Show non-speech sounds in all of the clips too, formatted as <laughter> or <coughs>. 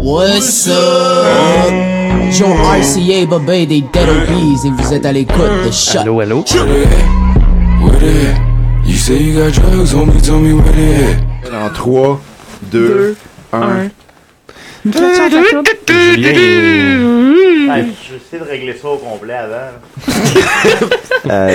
What's up? Joe RCA, Bobé, des Dead Obies, et vous êtes à l'écoute de Shot. Allô, allô? Where they at? Where they at? You say you got drugs, homie, tell me where they at. En 3, 2, 1. Julien, euh, J'essaie de régler ça au complet avant. Euh,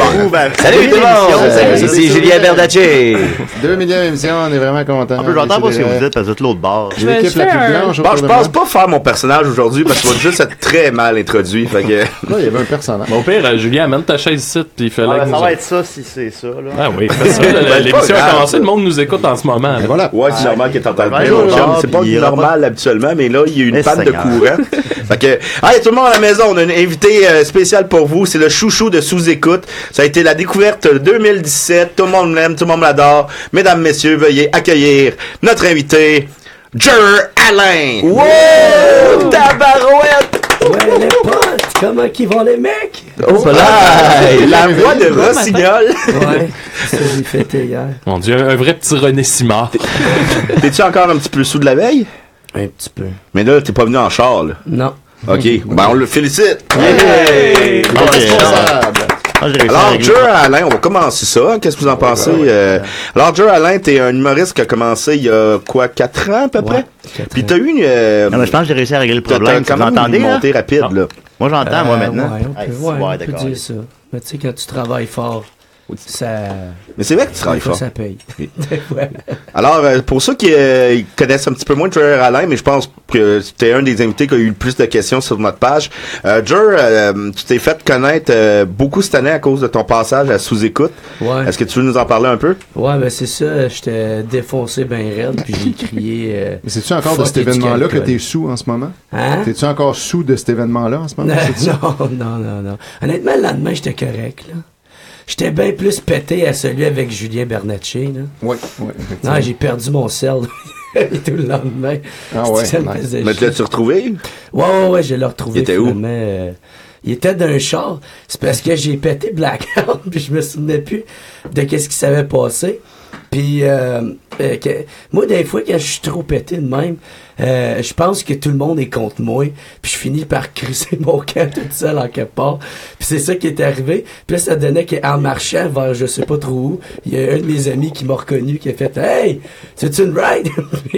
Salut tout le monde! euh, Salut, Ici Julien Bernatchez. Deux millions d'émissions, on est vraiment contents. On peut j'entends pas ce que vous dites parce que vous êtes l'autre bord. J'ai l'équipe Je la fais plus un- blanche Bon, autour je de pense moi. pas faire mon personnage aujourd'hui parce que tu vas juste être très mal introduit. Fait que... Là, il y avait un personnage. Mon pire, euh, Julien, amène ta chaise ici, puis il fait Ah, la ben, ça va être ça si c'est ça. Là. Ah oui, <laughs> parce que là, Ben, c'est l'émission pas a grave, commencé, ça. le monde nous écoute en ce moment. là. Voilà. Ouais, c'est normal qu'il t'entende Ouais, bien, mon ouais, chum. ouais, C'est pas puis il normal habituellement, mais là, il y a eu une Mais panne de Seigneur. courant. fait que, hey, tout le monde à la maison, on a un invité euh, spécial pour vous. C'est le chouchou de sous-écoute. Ça a été la découverte 2017. Tout le monde l'aime, tout le monde l'adore. Mesdames, messieurs, veuillez accueillir notre invité, Jer Alain. Wow! Tabarouette! Ouais, les potes, <laughs> comment qu'ils vont les mecs? Oh, hey, la voix de Rossignol. Ouais, ça j'ai fêté hier. Mon Dieu, un vrai petit René <laughs> Simard. T'es-tu encore un petit peu sous de la veille? Un petit peu. Mais là, t'es pas venu en char, là. Non. OK. Ben, on le félicite. Ah, j'ai- Responsable. ah, j'ai réussi à Alors, régler Jer Alain, on va commencer ça. Qu'est-ce que vous en pensez? euh, Alors, Jer Alain, t'es un humoriste qui a commencé il y a, quoi, 4 ans à peu près? Puis t'as eu une... euh, Non, mais je pense que j'ai réussi à régler le t'as- problème. hein? t'as Vous quand même m'entendez, une là? montée rapide, là. Moi, j'entends, moi, maintenant. Euh, Ouais, on peut, Ah, ouais, ouais, on peut d'accord. dire ça. Mais tu sais, quand tu travailles fort, ça, Mais c'est vrai que tu des travailles fois, fort. Ah, ça paye. Oui. Ouais. Alors, euh, pour ceux qui euh, connaissent un petit peu moins Jer Alain, mais je pense que c'était un des invités qui a eu le plus de questions sur notre page. Euh, Jer, euh, tu t'es fait connaître euh, beaucoup cette année à cause de ton passage à sous-écoute. Ouais. Est-ce que tu veux nous en parler un peu? Ouais, ben c'est ça, j'étais défoncé ben raide, puis j'ai crié... euh, Mais c'est-tu encore de Fuck cet you, tu événement-là que calcules. t'es sous en ce moment? Hein? T'es-tu encore sous de cet événement-là en ce <laughs> moment? C'est-tu- non, non, non, non. Honnêtement, le lendemain, j'étais correct, là. J'étais bien plus pété à celui avec Julien Bernatchez, là. Ouais, ouais. Non, j'ai perdu mon sel. <laughs> Et tout le lendemain. Ah ouais, Ça me nice. faisait Mais chier. l'as-tu retrouvé? Ouais, ouais, ouais, je l'ai retrouvé. Il était où? finalement, euh, il était d'un char. C'est parce que j'ai pété Blackout, <laughs> puis je me souvenais plus de qu'est-ce qui s'avait passé. Puis, euh, euh, que- moi, des fois, quand je suis trop pété de même, euh, je pense que tout le monde est contre moi, puis je finis par <laughs> cruiser mon camp toute seule en quelque part. Puis c'est ça qui est arrivé. Puis là, ça donnait qu'en marchant vers je sais pas trop où, il y a un de mes amis qui m'a reconnu, qui a fait « Hey, c'est une ride? »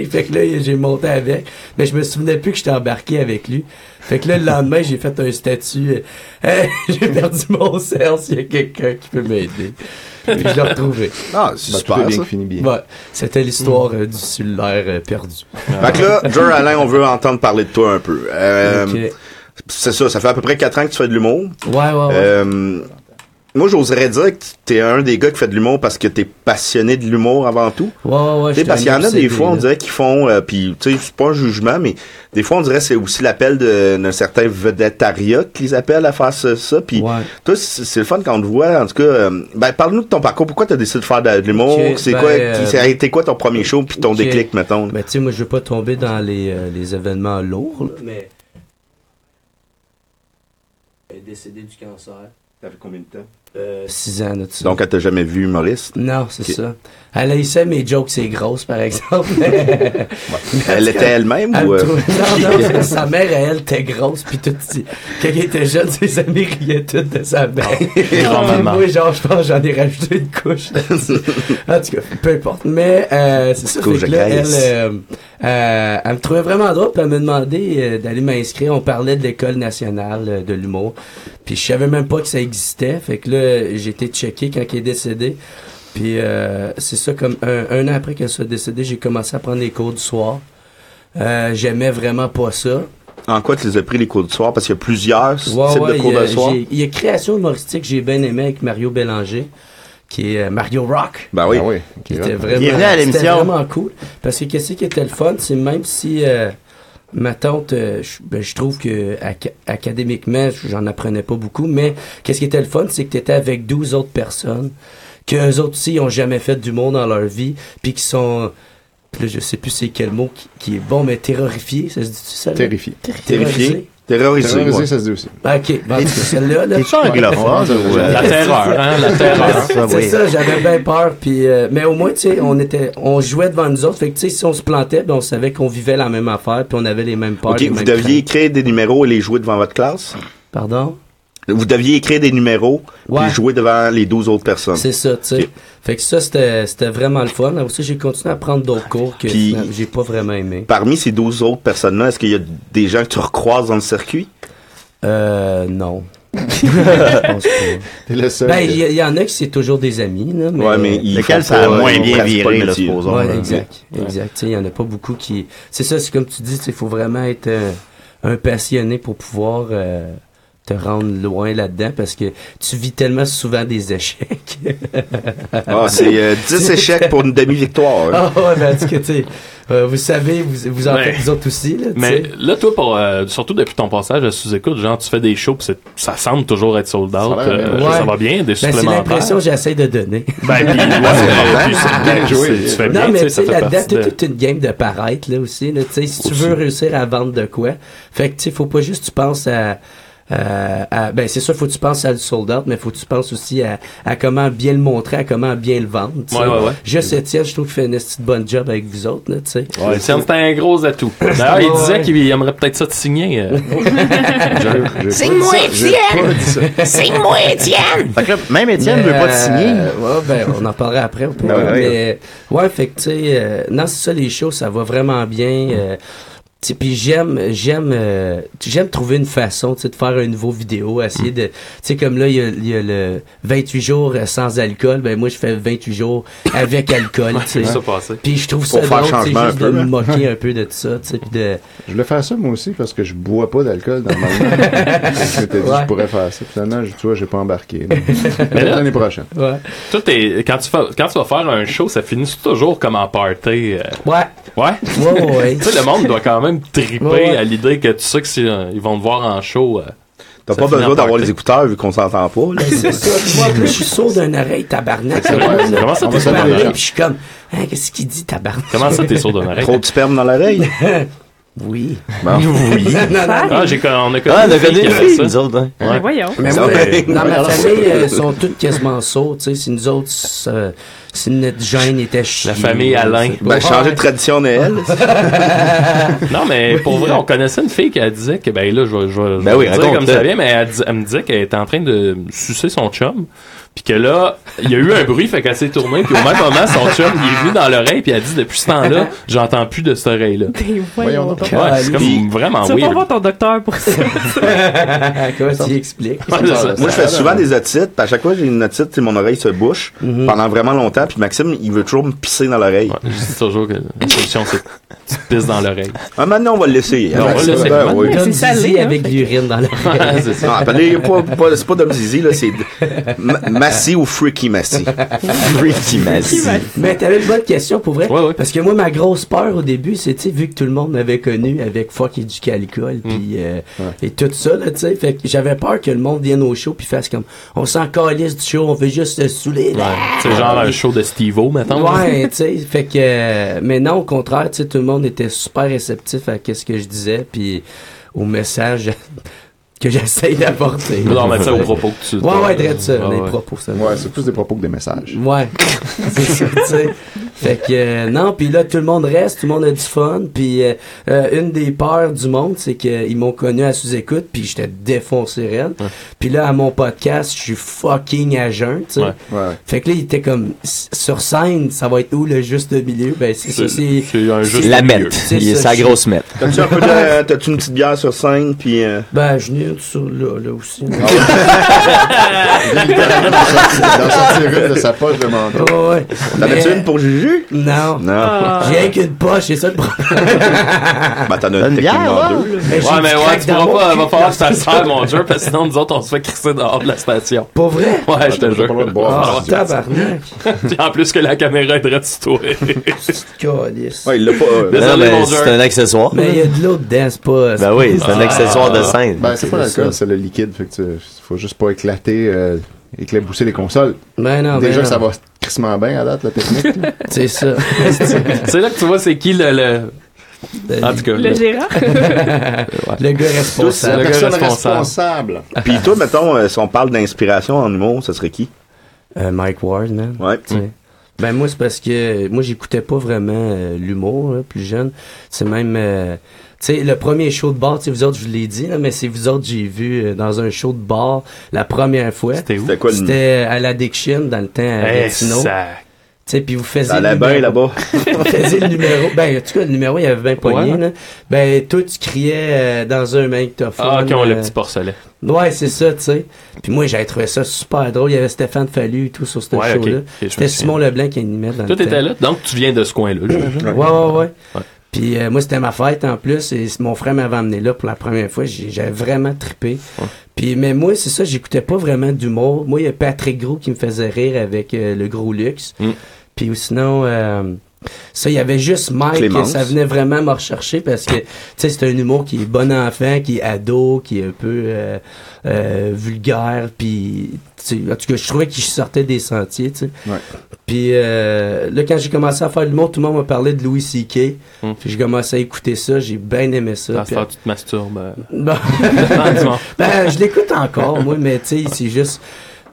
<laughs> Fait que là, j'ai monté avec. Mais je me souvenais plus que j'étais embarqué avec lui. Fait que là, le lendemain, j'ai fait un statut euh, <laughs> Hey, j'ai perdu mon cerf, s'il y a quelqu'un qui peut m'aider. » Puis je l'ai <laughs> retrouvé. Ah, c'est Bah, tout est super, bien ça. qui finit bien. Ouais, c'était l'histoire euh, du cellulaire euh, perdu. Fait que <laughs> là, Jer Alain, on veut entendre parler de toi un peu. Euh, Ok. Ouais, C'est ça, ça fait à peu près 4 ans que tu fais de l'humour. ouais, Ah ouais. Euh, moi, j'oserais dire que t'es un des gars qui fait de l'humour parce que t'es passionné de l'humour avant tout. ouais, ouais, ouais Tu sais, j'étais parce qu'il y en a des obsédé, fois, on là. dirait qu'ils font, euh, puis tu sais, c'est pas un jugement, mais des fois, on dirait que c'est aussi l'appel de- d'un certain vedettariat qu'ils appellent à faire ça, ça, puis Ouais. toi, c'est c'est le fun quand on te voit, en tout cas, euh, ben, parle-nous de ton parcours, pourquoi t'as décidé de faire de, de l'humour, Ok, c'est ben, quoi, euh, ça a été quoi ton premier show, puis ton ok. déclic, mettons, là? Ben, tu sais, moi, je veux pas tomber dans les, euh, les événements lourds, là, mais. Elle est décédée du cancer. Euh, T'avais combien de temps? 6 ans, là, dessus Donc, elle t'a jamais <laughs> vu humoriste? Non, c'est Ok. ça. Elle haïssait mes jokes, c'est grosse, par <laughs> exemple. Elle était elle-même, Elle ou... me euh, trouvait- Non, non, sa mère, à elle, était grosse, puis tout petit. Quand elle était jeune, ses amis riaient toutes de sa mère. <laughs> grand-maman. Moi, genre, je pense que j'en ai rajouté une <laughs> couche là-dessus. En tout cas, peu importe. Mais, euh, c'est ça, couche fait que de là, elle, graisse. euh, euh, elle me trouvait vraiment drôle, puis elle me demandait euh, d'aller m'inscrire. On parlait de l'École nationale euh, de l'humour, puis je savais même pas que ça existait. Fait que là, j'ai été checké quand il est décédé. Puis euh, c'est ça, comme un, un an après qu'elle soit décédée, j'ai commencé à prendre les cours du soir. Euh, j'aimais vraiment pas ça. En quoi tu les as pris les cours de soir? Parce qu'il y a plusieurs Ouais, types ouais, de cours il y a- de soir. j'ai- Il y a création humoristique, j'ai bien aimé avec Mario Bélanger, qui est euh, Mario Rock. Ben oui. Ah oui. ok, Qui ouais. était vraiment, Bienvenue à c'était l'émission. vraiment cool. Parce que qu'est-ce qui était le fun, c'est même si euh, ma tante, euh, je ben, je trouve que ac- académiquement, j'en apprenais pas beaucoup, mais qu'est-ce qui était le fun, c'est que tu étais avec 12 autres personnes, qu'eux autres aussi ils ont jamais fait d'humour dans leur vie, puis qui sont... Puis là, je sais plus c'est quel mot qui, qui est bon, mais terrorifié, ça se dit-tu ça? là? Terrifié. Terrifié. Terrorisé. Terrorisé. Terrorisé, ouais. ça se dit aussi. OK. Bon, en tout cas, celle-là, <laughs> là, T'es-tu anglophone Ouais. ou... euh, La terreur, hein, la terreur. ça, C'est oui. ça, j'avais bien peur. Puis, euh, mais au moins, tu sais, on, était, on jouait devant nous autres. Fait que, tu sais, si on se plantait, ben, on savait qu'on vivait la même affaire, puis on avait les mêmes peurs. OK, les vous mêmes deviez craintes. écrire des numéros et les jouer devant votre classe? Pardon? Vous deviez écrire des numéros Ouais. puis les jouer devant les 12 autres personnes. C'est ça, tu sais. Ok. Fait que ça, c'était c'était vraiment le fun. Là aussi, j'ai continué à prendre d'autres cours que Puis- finalement, j'ai pas vraiment aimé. Parmi ces 12 autres personnes-là, est-ce qu'il y a des gens que tu recroises dans le circuit? Euh, <laughs> non. Je pense pas. T'es le seul. ben, il y, il y en a qui c'est toujours des amis, là. Mais... Ouais, mais ils Lequel font ça a pas- moins ils bien pratiquent pas le viré, là, métier. supposons. Ouais, là. exact. Exact. Tu sais, Il y en a pas beaucoup qui. C'est ça, c'est comme tu dis, tu sais, il faut vraiment être euh, un passionné pour pouvoir euh, te rendre loin là-dedans parce que tu vis tellement souvent des échecs. Ah, c'est <laughs> euh, 10 échecs pour une demi-victoire. hein. Ah ouais, ben, tu sais, tu sais, euh, vous savez, vous, vous en Mais- faites vous autres aussi, là. tu Mais sais. Ben, là, toi, pour, euh, surtout depuis ton passage à sous-écoute, genre, tu fais des shows, pis c'est- ça semble toujours être sold out. Ça a l'air euh, bien. Ça Ouais. va bien, des Ben, c'est supplémentaires. l'impression que j'essaie de donner. <laughs> Ben, pis, ouais, euh, puis c'est bien joué. joué. Tu fais Non, bien, mais tu tu sais, sais, ça fait la date partie est de... toute une game de paraître, là aussi. Là, tu sais, si tu veux réussir à vendre de quoi, fait que tu sais, faut pas juste tu penses à. à- à- ben c'est sûr faut que tu penses à le sold out mais faut que tu penses aussi à, à comment bien le montrer à comment bien le vendre tu sais. Ouais, ouais, ouais. juste Étienne je trouve qu'il fait une petite bonne job avec vous autres là, tu sais Ouais, Étienne, c'est un gros atout. D'ailleurs, il Ouais, disait ouais. qu'il aimerait peut-être ça te signer. euh. <laughs> Signe-moi, Fait que là, même Étienne Mais, veut pas te euh, signer. ouais, ben, on en parlera après. au pire. Ah ouais, mais, ouais, fait que, tu sais, euh, non, c'est ça, les shows, ça va vraiment bien. euh, tu sais, puis j'aime j'aime euh, j'aime trouver une façon tu sais, de faire un nouveau vidéo essayer de tu sais comme là il y a, il y a le 28 jours euh, sans alcool ben moi je fais 28 jours avec alcool tu sais. C'est ça passé. puis je trouve ça Pour faire drôle tu sais, changement un juste peu, de me hein. moquer un peu de tout ça tu sais puis de Je voulais faire ça moi aussi parce que je bois pas d'alcool normalement. <laughs> je m'étais dit Ouais. je pourrais faire ça. Finalement, je- tu vois, j'ai pas <laughs> embarqué. Donc, là- L'année prochaine. ouais Toi, t'es- quand, tu fais- quand tu vas faire un show, ça finit toujours comme en party. euh, ouais Ouais. ouais, ouais, ouais. <laughs> tu sais, le monde doit quand même triper Ouais, ouais. à l'idée que tu sais que si, euh, ils vont te voir en show. euh, T'as ça pas finit en besoin d'avoir party. les écouteurs vu qu'on s'entend pas. là. C'est ça, tu vois, puis je suis sourd d'un oreille, tabarnak. Comment comment ça, Ah, On t'es sourd va s'appeler d'un les Puis oreille? je suis comme, Hein, qu'est-ce qu'il dit, tabarnak? Comment ça, t'es sourd d'un oreille? Trop de sperme dans l'oreille. Oui. <laughs> Bon. Non, non, non. Ah, j'ai, con- on a connu Ah, on a une fille connu qui une avait fille, ça. nous autres. hein. Ouais. Ben voyons. Mais Ça moi, fait- dans <laughs> ma famille, euh, ils sont tous quasiment sourds, tu sais, si nous autres, euh, si notre gène était chiant. La famille Alain. Ben, changer de tradition Noël. Non, mais pour vrai, on connaissait une fille qui elle disait que, ben là, je vais, je vais- je Ben vais oui, le dire raconte-le. comme ça vient, mais elle, dis- elle me disait qu'elle était en train de sucer son chum. Puis que là, il y a eu un bruit, fait qu'elle s'est tournée, puis au même moment, son chum, il est venu dans l'oreille, puis elle dit, depuis ce temps-là, j'entends plus de cette oreille-là. Ben <laughs> Voyons voyons. donc. donc. Ouais, c'est comme Ah vraiment Tu vas pas weird. voir ton docteur pour <laughs> ça. Comment tu y expliques? Ouais, c'est ça. Moi, je fais souvent des otites. puis À chaque fois que j'ai une otite, c'est mon oreille se bouche pendant vraiment longtemps. Puis Maxime, il veut toujours me pisser dans l'oreille. Mhm. Ouais, je dis toujours que la solution, c'est que tu te pisses dans l'oreille. Ah, maintenant, on va l'essayer. on va l'essayer. Ben, <laughs> oui. C'est Comme salé, Zizi hein, avec de l'urine dans l'oreille. Ah, c'est ça. Non, appelez pas, pas, c'est pas Dom Zizi, là, c'est Ma- Massy ou Freaky <laughs> Massy. Freaky Qui va- Mais t'avais une bonne question pour vrai. Ouais, ouais. Parce que moi, ma grosse peur au début, c'est, tu sais, vu que tout le monde m'avait connu avec Fuck et du Calicol, puis Mm. euh, et tout ça, là, tu sais, fait que j'avais peur que le monde vienne au show puis fasse comme, on s'en calisse du show, on veut juste se saouler. Ouais, là. c'est genre un show de Steve-O, maintenant. Ouais, tu sais, fait que, euh, mais non, au contraire, tu sais, tout le monde était super réceptif à qu'est-ce que je disais, puis au message <laughs> que j'essaye d'apporter. On va mettre ça au propos que tu... Ouais, ouais, drette ça, Ouais, les ouais. propos, ça. Ouais, c'est plus des propos que des messages. Ouais. <laughs> c'est ça, tu sais. Fait que, euh, non, puis là, tout le monde reste, tout le monde a du fun, puis euh, euh, une des peurs du monde, c'est qu'ils m'ont connu à sous-écoute, puis j'étais défoncé raide. Puis là, à mon podcast, je suis fucking à jeun, tu sais. Ouais. Ouais. Fait que là, il était comme, s- sur scène, ça va être où le juste milieu? Ben, c'est ça, c'est... C'est un juste La milieu. mette. C'est Il est ça, sa je- grosse mette. T'as-tu un peu de, t'as-tu une petite bière sur scène, puis euh, Ben, je n'ai une sur là, là aussi. Ah, D'en sortir une de sa poche de menton. Oh, ouais. t'en as-tu Mais- une pour Juju? Non. Non. Ah. J'ai rien qu'une poche, c'est ça le problème. Ben, t'en as Une bière, techniquement ouais. deux, là. Mais j'ai Ouais, du mais ouais, crack tu dans pourras mon pas, cul. va falloir que ça le serre, mon Dieu, parce que sinon, nous autres, on se fait crisser dehors de la station. Pas vrai? Ouais, je te t'as pas jure. le droit de boire. Ah, tabarnak. Puis <laughs> en plus que la caméra est droite sur toi. Câlisse. Ouais, il l'a pas. euh, Désolé, Non, mon mais Dieu. c'est un accessoire. Mais il y a de l'eau dedans, c'est pas. Ben oui, c'est un accessoire de scène. Ben, c'est pas l'alcool, c'est le liquide. Fait que tu, faut juste pas éclater, euh, éclabousser les consoles. Ben non, ben Déjà, non. ça va crissement bien à date, la technique. là. C'est ça. c'est là que tu vois, c'est qui le, le, En tout cas. Le gérant. Le gars Toi, c'est responsable. la le gars personne responsable. responsable. Ah, Puis toi, mettons, euh, si on parle d'inspiration en humour, ça serait qui? Euh, Mike Ward, man. Ouais. Tu sais. Ben moi c'est parce que moi j'écoutais pas vraiment euh, l'humour là, plus jeune. C'est même euh, tu sais le premier show de bar, tu sais, vous autres je vous l'ai dit là, mais c'est vous autres j'ai vu euh, dans un show de bar la première fois. C'était où? C'était quoi le nom? C'était à l'addiction dans le temps à Eh, Gatineau. Tu ça- sais puis vous faisiez Ça allait le bien numéro- <laughs> là-bas. on faisait le numéro. Ben, en tout cas, le numéro, il avait bien pogné, Ouais. là. Ben, toi, tu criais euh, dans un magnétophone. Ah, qui ont le euh, petit porcelet. Ouais, c'est ça, tu sais. Puis moi, j'avais trouvé ça super drôle. Il y avait Stéphane Fallu et tout sur ce Ouais, ok. show-là. Ok, je C'était me souviens. Simon Leblanc qui animait dans le Toi, t'étais temps. là, donc tu viens de ce coin-là, j'imagine. Ouais, ouais, ouais. Ouais. Puis euh, moi, c'était ma fête en plus. Et c- mon frère m'avait emmené là pour la première fois. J'ai- J'avais vraiment trippé. Puis, mais moi, c'est ça, j'écoutais pas vraiment d'humour. Moi, il y a Patrick Gros qui me faisait rire avec euh, le gros luxe. Mm. Puis ou sinon, euh, ça, il y avait juste Mike. Clémence. Ça venait vraiment me rechercher parce que, tu sais, c'est un humour qui est bon enfant, qui est ado, qui est un peu euh, euh, vulgaire. Puis, tu sais, en tout cas, je trouvais qu'il sortait des sentiers, tu sais. Puis euh, là, quand j'ai commencé à faire de l'humour, tout le monde m'a parlé de Louis C.K. Hmm. Mm. Puis j'ai commencé à écouter ça, j'ai bien aimé ça. Dans Puis- ce temps, tu te masturbes. euh, Bon. <laughs> dans le monde. ben, je l'écoute encore, moi, mais tu sais, c'est juste...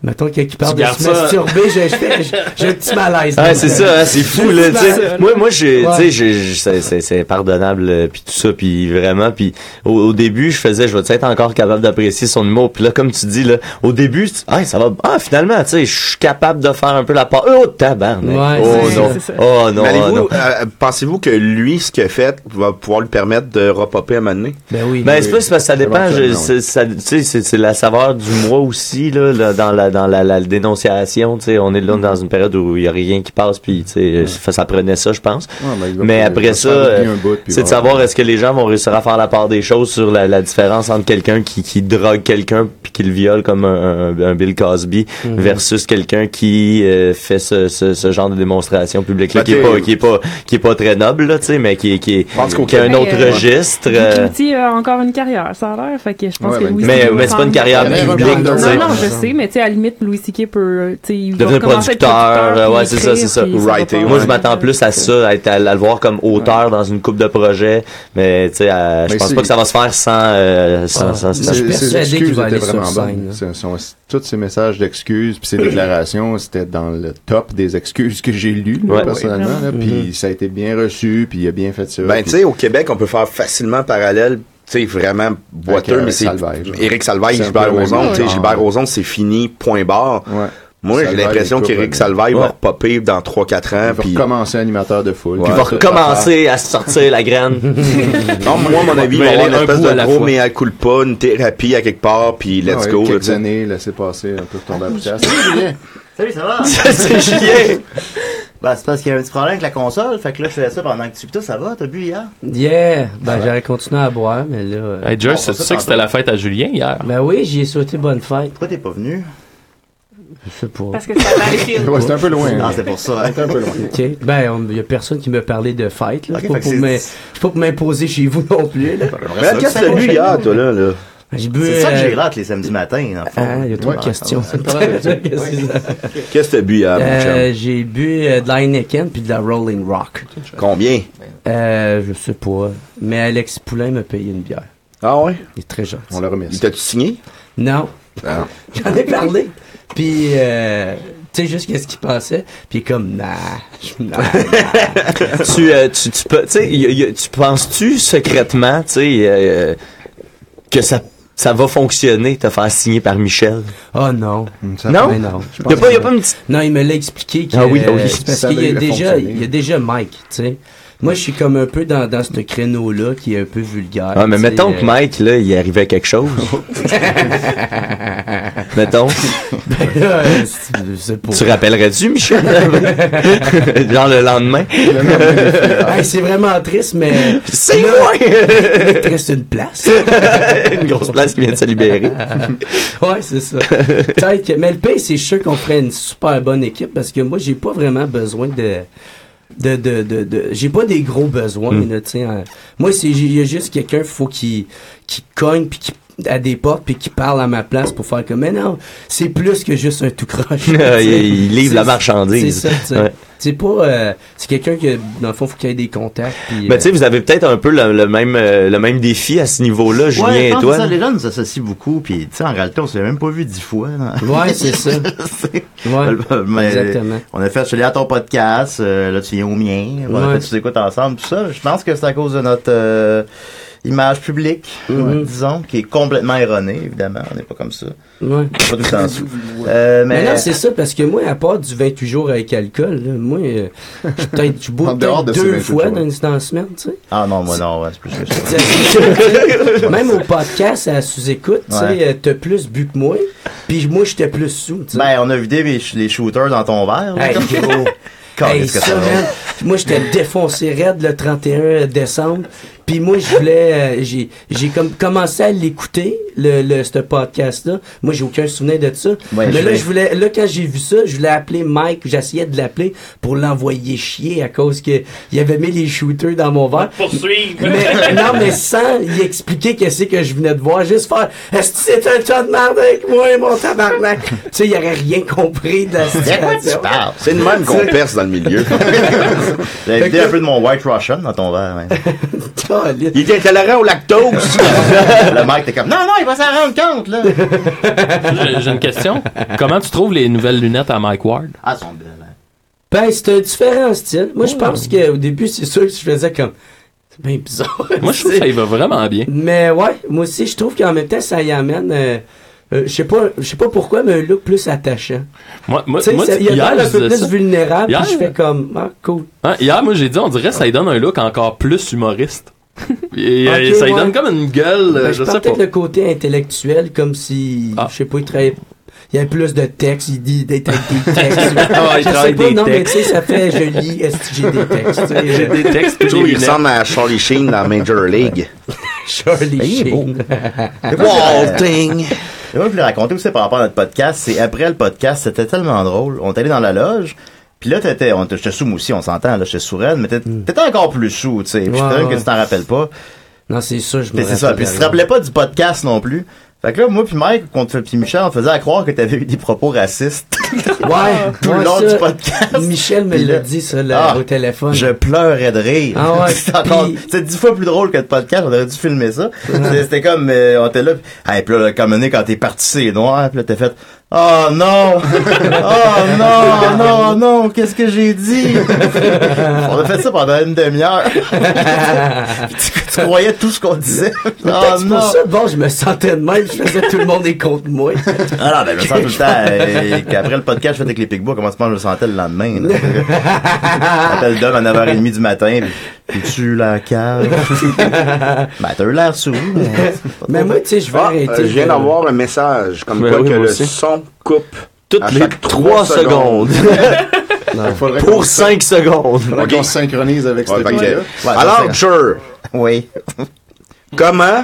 Mettons quelqu'un qui parle Tu de gardes se ça. masturber, j'ai- j'ai j'ai un petit malaise. Ah, c'est ça, hein, c'est fou là. tu sais. Moi, moi, j'ai, Ouais. tu sais, j'ai- j'ai- c'est- c'est- c'est pardonnable euh, puis tout ça, puis vraiment, puis au, au début, je faisais, je vais être encore capable d'apprécier son humour. Puis là, comme tu dis là, au début, tu- ah, ça va, ah, finalement, tu sais, je suis capable de faire un peu la part. Oh tabarnak. Ouais, oh, c'est- non. c'est ça. oh non, Mais oh allez-vous- non. euh, Pensez-vous que lui, ce qu'il a fait, va pouvoir lui permettre de repopper à un moment donné? Ben oui. Ben, c'est pas, c'est parce que ça dépend, je- Éventuellement, c'est- ça- tu sais, c'est c'est la saveur du mois aussi, là, là, dans la, dans la, la dénonciation, tu sais, on est là dans une période où il y a rien qui passe, puis, tu sais, ça ça prenait ça, je pense. Ouais, ben, il va Mais faire- il après va ça, faire euh, oublier un bout, puis c'est de voilà. savoir est-ce que les gens vont réussir à faire la part des choses sur la, la différence entre quelqu'un qui, qui drogue quelqu'un puis qui le viole comme un, un- un Bill Cosby versus quelqu'un qui euh, fait ce, ce, ce genre de démonstration publique là, Ben, qui t'es- est pas qui est pas qui est pas très noble là, tu sais, mais qui est qui est Je pense qu'au qui a un Québec, autre euh, registre. Guy euh, Cloutier a encore une carrière, ça a l'air. Fait que je pense Ouais, ben, mais- que Louis mais euh, C.K. va mais c'est pas une s'en- carrière Il y a un public. grand là, tu sais. Non, non, je Ouais. sais, mais tu sais, à la limite, Louis C.K. peut. euh, tu sais, il va Devenir recommencer à être producteur, producteur, ouais, puis c'est ça, écrire, c'est ça. puis va Writing, pas- Moi, je Ouais. m'attends plus à ça, à, être- à- à le voir comme auteur dans une coupe de projet, mais tu sais, à- je Mais pense c'est- pas que ça va se faire sans, euh, sans, Ouais. sans, C'est- sans- Je suis Ses ses persuadé qu'il excuses va étaient aller sur vraiment scène, bonnes. là. C'est- son- Tous ces messages d'excuses puis ses déclarations, c'était dans le top des excuses que j'ai lues, là, Ouais. personnellement. là, Puis ça a été bien reçu, puis il a bien fait Euh, ça. Ben, puis- tu sais, au Québec, on peut faire facilement parallèle, tu sais, vraiment boiteux, Avec, mais euh, c'est Salvaire, genre. Éric Salvaille, C'est un Gilbert peu le même Rozon, tu sais, genre. Gilbert Rozon, c'est fini, point barre. Ouais. Moi, j'ai Salvaille, l'impression il coupe, qu'Éric ouais. Salvaille va Ouais. repopper dans 3-4 Il ans, va puis... recommencer animateur de foule. il va recommencer à sortir la <laughs> graine. Non, moi, à mon avis, il va Mais y avoir aller une un espèce coup à de la gros fois. mea culpa, une thérapie à quelque part, puis let's Let's go. là, tu Quelques sais. années, laisser passer un peu Ah, tomber à poussière. C'est bien. Salut, ça va? <laughs> c'est Julien. Bah, c'est parce qu'il y a un petit problème avec la console, fait que là, je faisais ça pendant que tu... Putain, ça va? T'as bu hier? Yeah! Ben, j'aurais continué à boire, mais là... euh, <laughs> Hey, Josh, c'est ça, ça que c'était la fête à Julien hier? Ben oui, j'y ai souhaité bonne fête. Pourquoi t'es pas venu? Je sais pas. Parce que ça va aller filer. Ouais, c'est un peu loin. Non, Ah, hein. c'est pour <laughs> ça. hein. C'est un peu loin. OK. Ben, il y a personne qui m'a parlé de fête, là. Ok, C'est pas fait que pour c'est- m'im- c'est pas pour m'imposer chez vous non plus, là. Mais là, qu'est-ce que t'as bu hier, toi, là? là? J'ai bu... C'est ça que euh, j'ai rate les samedis matins, en Ah, fait. il y a trop Ouais. de questions. <laughs> Qu'est-ce que t'as bu hier, mon chum? Euh, J'ai bu euh, de la Heineken puis de la Rolling Rock. Combien? Euh, je sais pas. Mais Alex Poulain m'a payé une bière. Ah ouais? Il est très On gentil. le Il remercie. t'a-tu signé? Non. Ah. <laughs> J'en ai parlé. Puis, euh, tu sais juste qu'est-ce qu'il pensait. Puis il est comme, nah, je- <laughs> nah, nah. <laughs> tu, euh, tu, tu peux, tu sais, y a- y a- tu penses-tu secrètement, tu sais, euh, que ça, ça va fonctionner, te faire signer par Michel? Oh non. Ça- Ah, Non? Mais non. je Hmm. Y a pense pas, y a que- pas une petite... Non, il me l'a expliqué. Que, Ah oui, euh, oui. c'est Parce Ça qu'il y a avait déjà, fonctionné. il y a déjà Mike, tu sais. Moi, je suis comme un peu dans, dans ce créneau-là qui est un peu vulgaire. Ah, mais tu sais, mettons euh, que Mike, là, il arrivait quelque <laughs> chose. mettons. Euh, c'est- c'est pour- Tu rappellerais-tu, <laughs> Michel? Genre le lendemain. Hey, c'est vraiment triste, mais C'est moi! <laughs> il te reste <laughs> une place. Une grosse place qui vient de se <laughs> libérer. ouais, c'est ça. Peut-être que- mais le pays, c'est sûr qu'on ferait une super bonne équipe parce que moi, j'ai pas vraiment besoin de. De, de, de, de- j'ai pas Hmm. des gros besoins, là, tu sais, hein. Moi, c'est, il y a juste quelqu'un, faut qu'il, qu'il cogne puis qu'il à des portes puis qui parle à ma place pour faire comme mais non c'est plus que juste un tout <laughs> croche Il- il livre C'est- la marchandise. c'est ça tu sais. Ouais. c'est pas euh, c'est quelqu'un que dans le fond faut qu'il y ait des contacts puis Ben, euh, tu sais, vous avez peut-être un peu le, le même, euh, le même défi à ce niveau-là, Julien ouais, je et pense toi. que ça, les gens nous associent beaucoup, puis tu sais, en réalité, on s'est même pas vu dix fois. là. ouais c'est <laughs> ça C'est- euh, ouais Mais, exactement On a fait, je suis allé à ton podcast, euh, là tu viens au mien, on a Ouais. fait, tu t'écoutes ensemble, tout ça. Je pense que c'est à cause de notre euh, image publique, Mhm. ouais, disons, qui est complètement erronée, évidemment. On n'est pas comme ça. ouais On est Pas tout le <laughs> temps sous. Euh, Mais mais non, c'est ça, parce que moi, à part du 28 jours avec alcool, là, moi, euh, je suis peut-être, je bois En dehors peut-être de ces deux 28 fois jours. dans, une- dans la semaine, tu <laughs> sais. ah non, moi non, ouais, c'est plus que ça. Tu sais. Même au podcast, à sous-écoute, tu sais, Ouais. euh, t'as plus bu que moi, puis moi, j'étais plus sous, tu sais. Ben, on a vidé les, sh- les shooters dans ton verre. là. Hey, gros. Caliste Hey, ça, que ça va. man, moi, j'étais défoncé raide le 31 décembre. Puis moi, je voulais... euh, j'ai j'ai comme commencé à l'écouter, le, le, ce podcast-là. Moi, j'ai aucun souvenir de ça. Ouais, Mais je là, l'ai. je voulais... Là, quand j'ai vu ça, je voulais appeler Mike. J'essayais de l'appeler pour l'envoyer chier à cause que il avait mis les shooters dans mon verre. Poursuivre. <laughs> Mais, non, mais sans y expliquer qu'est-ce que je venais de voir, juste faire, est-ce que c'est un tas de merde avec moi, mon tabarnak? tu sais, il aurait rien compris de la De quoi tu situation. parles? C'est de même qu'on perce dans le milieu. J'ai vidé un peu de mon White Russian dans ton verre. <laughs> ouais. Caliste. <laughs> Il est intolérant au <laughs> lactose. Le mec t'es comme, non, non, il va s'en rendre compte, là. euh, J'ai j'ai une question. Comment tu trouves les nouvelles lunettes à Mike Ward? Ah, ils sont belles. hein. Ben, c'est un différent style. Moi, Hmm. je pense qu'au début, c'est sûr que je faisais comme. C'est bien bizarre. Moi, <laughs> je trouve que ça y va vraiment bien. Mais ouais, moi aussi, je trouve qu'en même temps, ça y amène. euh, euh, je sais pas, je sais pas pourquoi, mais un look plus attachant. Moi, moi, Tu sais, moi, ça- il y a hier, l'air un je peu disais plus ça. vulnérable, Hier, puis je fais comme, ah, cool. Hein, hier, moi, j'ai dit, on dirait que ça lui donne un look encore plus humoriste. Et, euh, Ok, ça lui ouais. donne comme une gueule, euh, Ben, je je sais pense pas. peut-être le côté intellectuel, comme si, Ah. je sais pas, il travaillait. Il y avait plus de texte, il dit d'être avec <laughs> des textes. Ah, il je sais travaille pas, des non, mais tu textes. sais, ça fait, je lis, est-ce que j'ai des textes? tu <laughs> sais, euh, Des <laughs> textes Je trouve puis des qu'il lunettes. ressemble à Charlie Sheen dans Major <laughs> League. Ben, Charlie Sheen. Euh, Walting. Et moi, je voulais raconter aussi par rapport à notre podcast. C'est après le podcast, c'était tellement drôle. On est allé dans la loge. Puis là, t'étais, on, te- j'étais sous moi aussi, on s'entend, là, j'étais sous elle, mais t'étais t'étais encore plus sous, tu sais. Puis Hmm. Ouais, je ouais. que tu t'en rappelles pas. Non, c'est ça, je me Puis c'est ça. rappelle Puis tu te rien. rappelais pas du podcast non plus. Fait que là, moi puis Mike, qu'on te fait- puis Michel, on te faisait à croire que t'avais eu des propos racistes <laughs> Ouais, tout ouais, le long ça, du podcast. Michel me Puis l'a là- dit, ça, là, Ah, au téléphone. Je pleurais de rire. Ah ouais, <laughs> c'est encore- puis- c'est dix fois plus drôle que le podcast. On aurait dû filmer ça. C'était- C'était comme, euh, on était là. Puis, hey, puis là, comme un moment donné, quand t'es parti, c'est noir. Puis là, t'as fait, oh <laughs> non, oh non, non, non, qu'est-ce que j'ai dit? <laughs> on a fait ça pendant une demi-heure. <laughs> Puis tu, tu croyais tout ce qu'on disait. oh Peut-être c'est non. pour ça, bon, je me sentais de mal, je faisais tout le monde est contre moi. Ah non, ben, je me sens tout le temps. euh, qu'après le podcast, je fais avec les Picbois, comment tu penses que je me sentais le lendemain? <laughs> là? J'appelle Dom à 9h30 du matin, puis tu <laughs> la cave. ben, t'as eu l'air sourd. mais- Mais moi, tu sais, je vais Ah, arrêter. euh, je viens de- d'avoir un message comme Ben quoi oui, que moi le aussi. son coupe à Toutes les chaque 3 trois secondes. Faudrait qu'on Pour se- 5 secondes. faudrait qu'on se synchronise avec Ouais, <laughs> cette fait que- vidéo. Ouais, Alors, je Jer, Oui. comment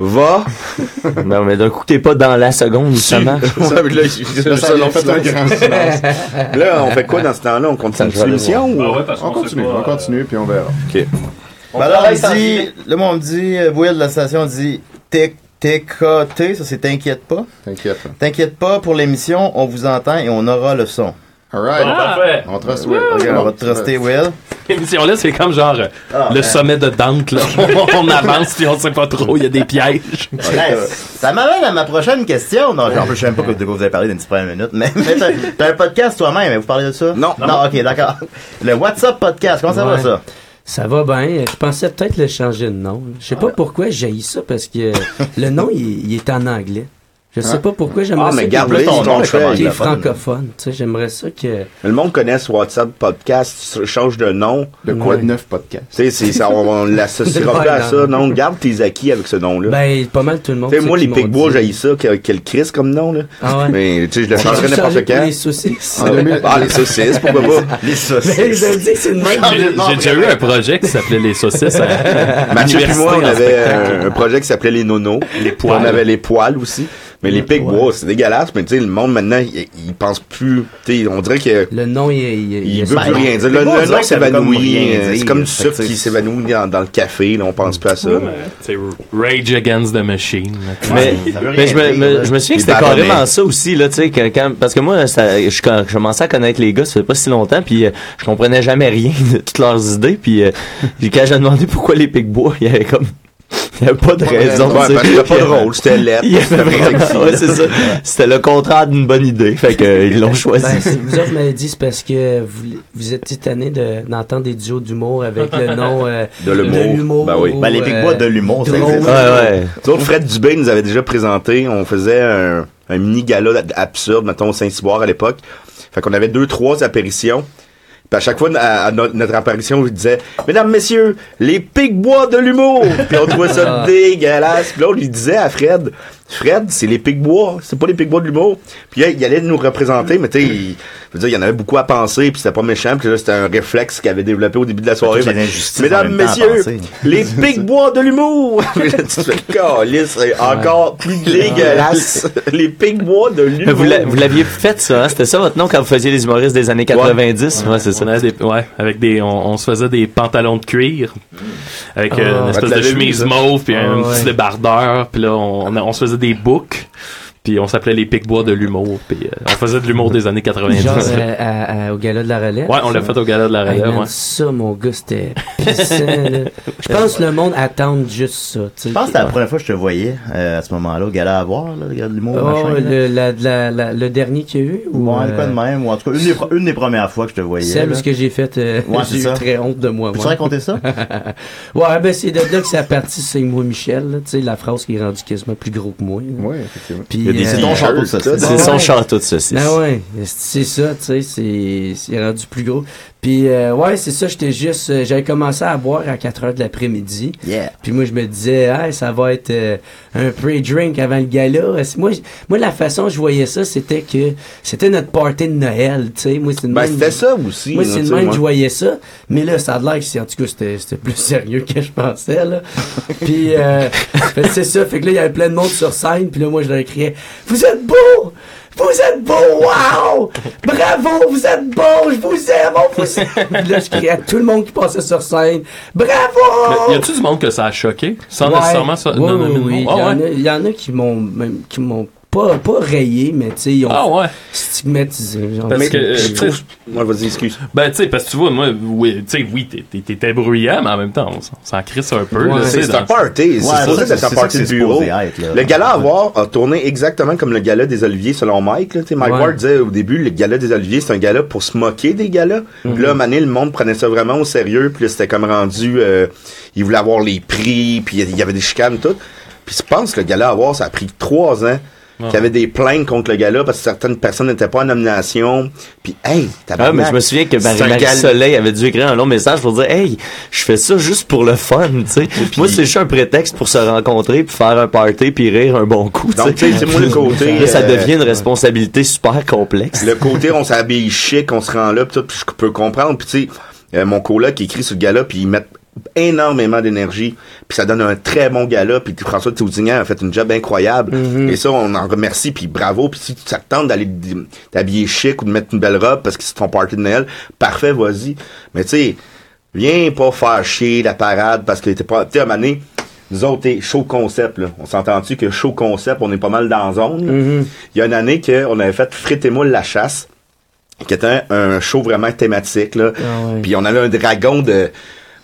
va Non, mais d'un coup, t'es pas dans la seconde, ça marche. <laughs> Ouais, mais là, il- Là, ça il- a fait un grand silence. Là, on fait quoi dans ce temps-là? On Ça, continue je vais aller l'émission ou? On euh, continue, on continue, puis on verra. Ben alors, il dit, là, moi, on me dit, euh, Will de la station dit, tic, tic, ah, T, ça c'est t'inquiète pas. T'inquiète. T'inquiète pas pour l'émission, on vous entend et on aura le son. All right. Parfait. On trust Will. Regarde, on va te truster, Will. L'émission-là, c'est comme genre euh, le sommet de Dante, là. on, avance puis on sait pas trop, il y a des pièges. Ouais, ça m'amène à ma prochaine question. Non, en plus, je sais même pas de quoi vous avez parlé d'une petite première minute, mais, mais t'as, <laughs> t'as un podcast toi-même, vous parlez de ça? Non. Non, ok, d'accord. Le WhatsApp podcast, comment ça va Ouais. ça? Ça va bien. Je pensais peut-être le changer de nom. Je sais pas pourquoi j'ai ça, parce que le nom, il, il est en anglais. Je sais pas pourquoi j'aimerais Ah, mais ça garde-le, qu'il- ton qu'il- nom, je qu'il est commande. francophone. Tu sais, j'aimerais ça que... Le monde connaît ce WhatsApp podcast, tu changes de nom. Le quoi de Ouais. neuf podcast. Tu sais, c'est ça, on, on l'associera Ouais, pas à non. ça. Non, garde tes acquis avec ce nom-là. Ben, pas mal tout le monde. tu sais, c'est moi, qui les m'ont Picbois, dit. j'ai ça, quel, quel Chris comme nom, là. Ah ouais. Mais, tu sais, je le On peut changerai changer n'importe pour quand. Les saucisses. En 2000, Ah, les saucisses, pourquoi pas? <laughs> Les Ben, saucisses. je le dis, c'est le même. J'ai j'ai déjà eu un projet qui s'appelait Les Saucisses hein. à, à Mathieu et l'université moi, on en avait euh, spectacle. un, un projet qui s'appelait Les Nonos. Les poils. On avait les poils aussi. Mais les pics bois, c'est dégueulasse. Mais tu sais, le monde maintenant, il, il pense plus. Tu sais, on dirait que Le nom, il, il, il- il il- veut ben, plus rien dire. Le, Les bois, on le dirait nom que ça veut comme s'évanouit. rien euh, C'est dire. comme du Fait que sucre qui c'est- s'évanouit dans, dans le café. Là, on pense plus à ça. <laughs> C'est Rage Against the Machine. Mais, ça veut mais rien je, me, dire, me- là. je me souviens que Les c'était baromètres. carrément ça aussi, là, tu sais, que quand, parce que moi, ça, je, con- je commençais à connaître les gars, ça fait pas si longtemps, puis euh, je comprenais jamais rien <laughs> de toutes leurs idées, puis euh, puis quand j'ai demandé pourquoi les Pic-Bois, il y avait comme, il y avait pas de raison, tu Ouais, sais. parce que c'était pas drôle, <laughs> c'était laid. Il y avait vraiment, ouais, c'est ça. C'était le contraire d'une bonne idée, fait que euh, ils l'ont choisi. ben, si vous autres m'avez dit, c'est parce que vous, vous êtes titané de- d'entendre des duos d'humour avec le nom euh, De l'humour. Ben oui. ou, Ben, les Big euh, Bois de l'humour, ça drôle. existe. ouais, ouais. Nous autres, Fred Dubé nous avait déjà présenté, on faisait un, un mini gala absurde, mettons, au Saint-Cyboire à l'époque. Fait qu'on avait deux, trois apparitions. Puis à chaque fois, à, à no- notre apparition, on disait « Mesdames, messieurs, les pics-bois de l'humour! » Puis on trouvait Ah. ça dégueulasse. Puis là, on lui disait à Fred « Fred, c'est les pics-bois, c'est pas les pics-bois de l'humour. » Puis là, il allait nous représenter, mais tu sais, il, je veux dire, il y en avait beaucoup à penser, puis c'était pas méchant. Puis là, c'était un réflexe qu'il avait développé au début de la soirée. Fait que Fait- l'injustice en Mesdames, même temps à messieurs, penser. les <laughs> big bois de l'humour! Mais là, tu te fais calice, c'est encore plus <laughs> dégueulasse. Les big bois de Mais vous, l'humour. l'a- vous l'aviez fait ça, hein? C'était ça votre nom quand vous faisiez les humoristes des années 90? Ouais, c'est ça. On avait des, ouais, avec des, on, on se faisait des pantalons de cuir avec euh, une espèce Ah, tu de l'avais chemise vu, ça? mauve puis un Ah, ouais. petit débardeur puis là on, on, on se faisait des boucs puis on s'appelait les pics-bois de l'humour puis euh, on faisait de l'humour des années 90. Genre euh, à- à- au gala de la relève. ouais, on l'a fait au gala de la Hey, relève. man, ouais. Ça, mon gars, c'était pissant, là. Je pense que le monde attend juste ça. tu sais. Je pense que c'était la première fois que je te voyais euh, à ce moment-là, au gala à voir, là, le gala de l'humour, Oh, machin. là. le, la- la- la- le dernier qu'il y a eu? Ou, Ouais, euh, quoi de même, ou en tout cas, une des, pro- une des premières fois que je te voyais. Celle où là. ce que j'ai fait, euh, Ouais, c'est j'ai eu ça. très honte de moi. Peux-tu ouais. raconter ça? Ouais, ben c'est de là que ça a parti, c'est moi Michel, là, tu sais, la phrase qui est rendue quasiment plus gros que moi. là. Ouais, effectivement. Puis, Il y a des euh, C'est ton t-shirts, château de saucisse. C'est Ouais. son château de saucisse. Ah ouais, c'est ça, tu sais, c'est c'est rendu plus gros. Puis euh, ouais, c'est ça, j'étais juste euh, j'avais commencé à boire à 4 heures de l'après-midi. Yeah. Puis moi je me disais "Hey, ça va être euh, un pre-drink avant le gala." C'est- Moi j- moi la façon dont je voyais ça, c'était que c'était notre party de Noël, tu sais. Moi c'est de Ben, même- c'était ça aussi. moi, là, c'est tu le sais, même ouais. que je voyais ça. Mais là, ça a l'air que c'est, en tout cas, c'était, c'était plus <laughs> sérieux que je pensais, là. puis, euh, fait que c'est ça. Fait que là, il y avait plein de monde sur scène. Puis là, moi, je leur criais, vous êtes beaux! Vous êtes beaux! Wow! Bravo! Vous êtes beaux! Je vous aime! On vous aime! Puis là, je criais à tout le monde qui passait sur scène, bravo! Mais y a-tu du monde que ça a choqué sans Ouais. nécessairement ça Oui, non, non, oui, non, non. oui. Ah, Il y en ouais. a- il y, en a qui m'ont, même- qui m'ont pas, pas rayé, mais tu sais, ils ont Ah ouais. stigmatisé. genre. Parce Mais que, euh, je tu trouve... sais- Moi, vas-y, excuse. Ben tu sais parce que tu vois moi oui, tu sais oui t'es- t'es- t'étais bruyant mais en même temps on s'en- s'en crisse un peu. Ouais. là, tu sais, C'est dans- un party. C'est Ouais, supposé ça, d'être un c'est ça party que de c'est bureau. supposé être, là. Le gala à voir a tourné exactement comme le gala des Oliviers, selon Mike. Là. Tu sais, Mike Ouais. Ward disait au début, le gala des Oliviers, c'est un gala pour se moquer des galas. Puis là, Mané, le monde prenait ça vraiment au sérieux. Puis là, c'était comme rendu... euh, il voulait avoir les prix, puis il y avait des chicanes, tout. Puis je pense que le gala à voir, ça a pris trois ans. Qu'il y avait des plaintes contre le gala parce que certaines personnes n'étaient pas en nomination. Puis, hey, t'as Ah, mais je me souviens que Marie-Marie Soleil avait dû écrire un long message pour dire Hey, je fais ça juste pour le fun, tu sais. Moi, c'est juste un prétexte pour se rencontrer, puis faire un party, puis rire un bon coup, tu Donc, tu sais. sais, c'est moi le côté. Là, ça euh, devient une responsabilité super complexe. le côté on s'habille chic, on se rend là, pis tout, pis je peux comprendre. Puis tu sais, euh, mon coloc qui écrit sur le gala, puis ils mettent énormément d'énergie, puis ça donne un très bon gala, puis François Toudignan a fait une job incroyable, et ça, on en remercie, puis bravo, puis si tu t'attends d'aller d- t'habiller chic ou de mettre une belle robe parce que c'est ton party de Noël, parfait, vas-y. Mais tu sais, viens pas faire chier la parade parce que t'es pas... Tu sais, à un moment donné, nous autres, t'es show concept, là. On s'entend-tu que show concept, on est pas mal dans la zone? là? Mm-hmm. Il y a une année qu'on avait fait Frites et Moules la chasse, qui était un, un show vraiment thématique, là. Ah ouais. Puis on avait un dragon de...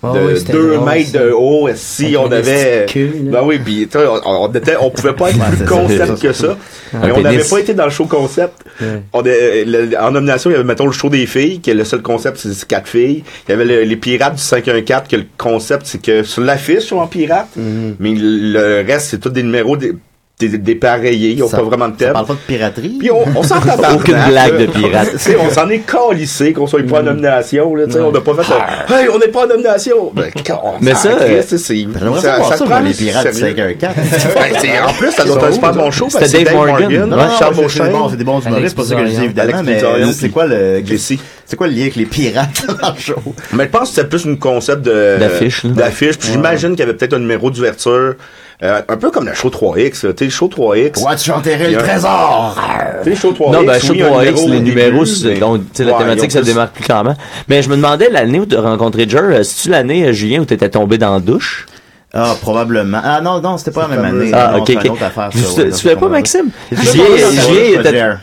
Ah De ouais, c'était deux drôle, mètres ça. de haut, si Avec on une avait. esticule, là. Ben oui, puis tu sais, on, on était, on pouvait pas être plus concept que ça. Mais on n'avait pénis. pas été dans le show concept. Ouais. On est- euh, le- en nomination, il y avait, mettons, le show des filles, qui est le seul concept, c'est c'est quatre filles. Il y avait le- les pirates du 514, que le concept, c'est que sur l'affiche, ils sont en pirate, mais le reste, c'est tous des numéros dé- dé- dépareillés. Ils n'ont Ça- pas vraiment de On thème. parle pas de piraterie. Puis on, on s'en tabarnak, Aucune là. blague de pirate. <laughs> Tu sais, on s'en est calissé qu'on soit pas en nomination, là, tu sais, on n'a pas fait un, Hey, on n'est pas en nomination! Ben, on Mais s'en ça, crisse, euh, tu sais, c'est, J'aimerais ça voir ça pour les pirates du 514. <laughs> Ben, c'est- en plus, ça doit être un super bon show, parce que C'était c'est Dave Dave Morgan. Morgan, Ouais, Charles Non, c'est- c'est Beauchamp, bon, c'est des bons humoristes, Alex pas ça que je dis Bizarrian. évidemment, Alex mais euh, Bizarrian, c'est puis- quoi le... Jesse. C'est quoi le lien avec les pirates dans le show? Mais je pense que c'était plus un concept de D'affiche, là. d'affiche. Puis j'imagine qu'il y avait peut-être un numéro d'ouverture, euh, un peu comme le show 3X. là. Tu sais, le show 3X. Toi, tu chanterais Il y le a un- trésor! Tu sais, le show 3X. Non, ben, oui, Show il y a un 3X, numéro les au début, numéros, c'est- mais- donc, tu sais, la Ouais, thématique, ils ont ça plus- démarque plus clairement. Mais je me demandais, l'année où tu as rencontré Jer, euh, c'est-tu l'année, euh, Julien, où t'étais tombé dans la douche? Ah, probablement. Ah non, non, c'était pas la même année. Ah, Non, ok, c'est ok. une autre affaire, ça, Tu ouais, tu savais non, c'est pas, Maxime? Je Julien, Julien était...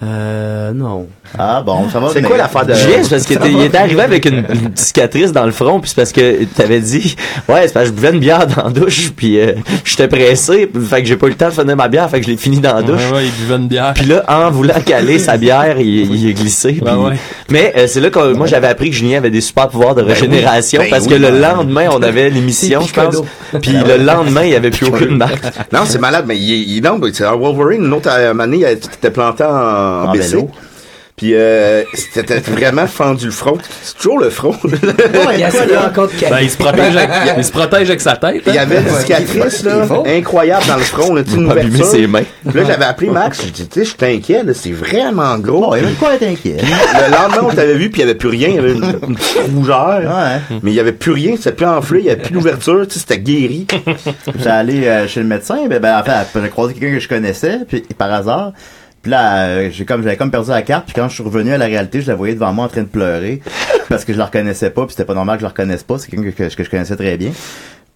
Euh, non. Ah bon, ça va. C'est venir. quoi l'affaire de- Julien, c'est parce qu'il était, il était arrivé avec une, une petite cicatrice dans le front, puis c'est parce que t'avais dit, ouais, c'est parce que je buvais une bière dans la douche, puis euh, j'étais pressé, puis- fait que j'ai pas eu le temps de finir ma bière, fait que je l'ai fini dans la douche. Ouais, ouais, il buvait une bière. Puis là, en voulant caler sa bière, il, il a glissé. puis- Ouais, ouais. Mais euh, c'est là que moi j'avais appris que Julien avait des super pouvoirs de régénération Ben parce oui, que le ben- lendemain on avait l'émission, C'est je pense. Piccolo. Puis le lendemain il n'y avait plus aucune marque. Non, c'est malade, mais il, il non, c'est un Wolverine. Une autre euh, année, il était planté en, en Ah, En ben BC. vélo. Puis euh, c'était vraiment fendu le front. C'est toujours le <laughs> front. Il y a essayé encore de Ben, caler. il se <laughs> protège avec, il se protège avec sa tête. Il y hein. avait une cicatrice là, incroyable dans le front, là, tu sais, une Abîmer ouverture. ses mains. Puis là, j'avais appelé Max, j'ai dit, tu sais, je t'inquiète, là, c'est vraiment gros. Bon, il y avait de quoi être inquiet. Le lendemain, on t'avait vu, puis il y avait plus rien, il y avait une, une petite rougeur. Ouais. <laughs> Mais il y avait plus rien, c'était plus enflé, il y avait plus d'ouverture, tu sais, c'était guéri. J'étais allé euh, chez le médecin, ben, ben en fait, après, j'ai croisé quelqu'un que je connaissais, puis par hasard. Puis là, euh, j'ai comme j'avais comme perdu la carte, puis quand je suis revenu à la réalité, je la voyais devant moi en train de pleurer <laughs> parce que je la reconnaissais pas, puis c'était pas normal que je la reconnaisse pas, c'est quelqu'un que, que je connaissais très bien.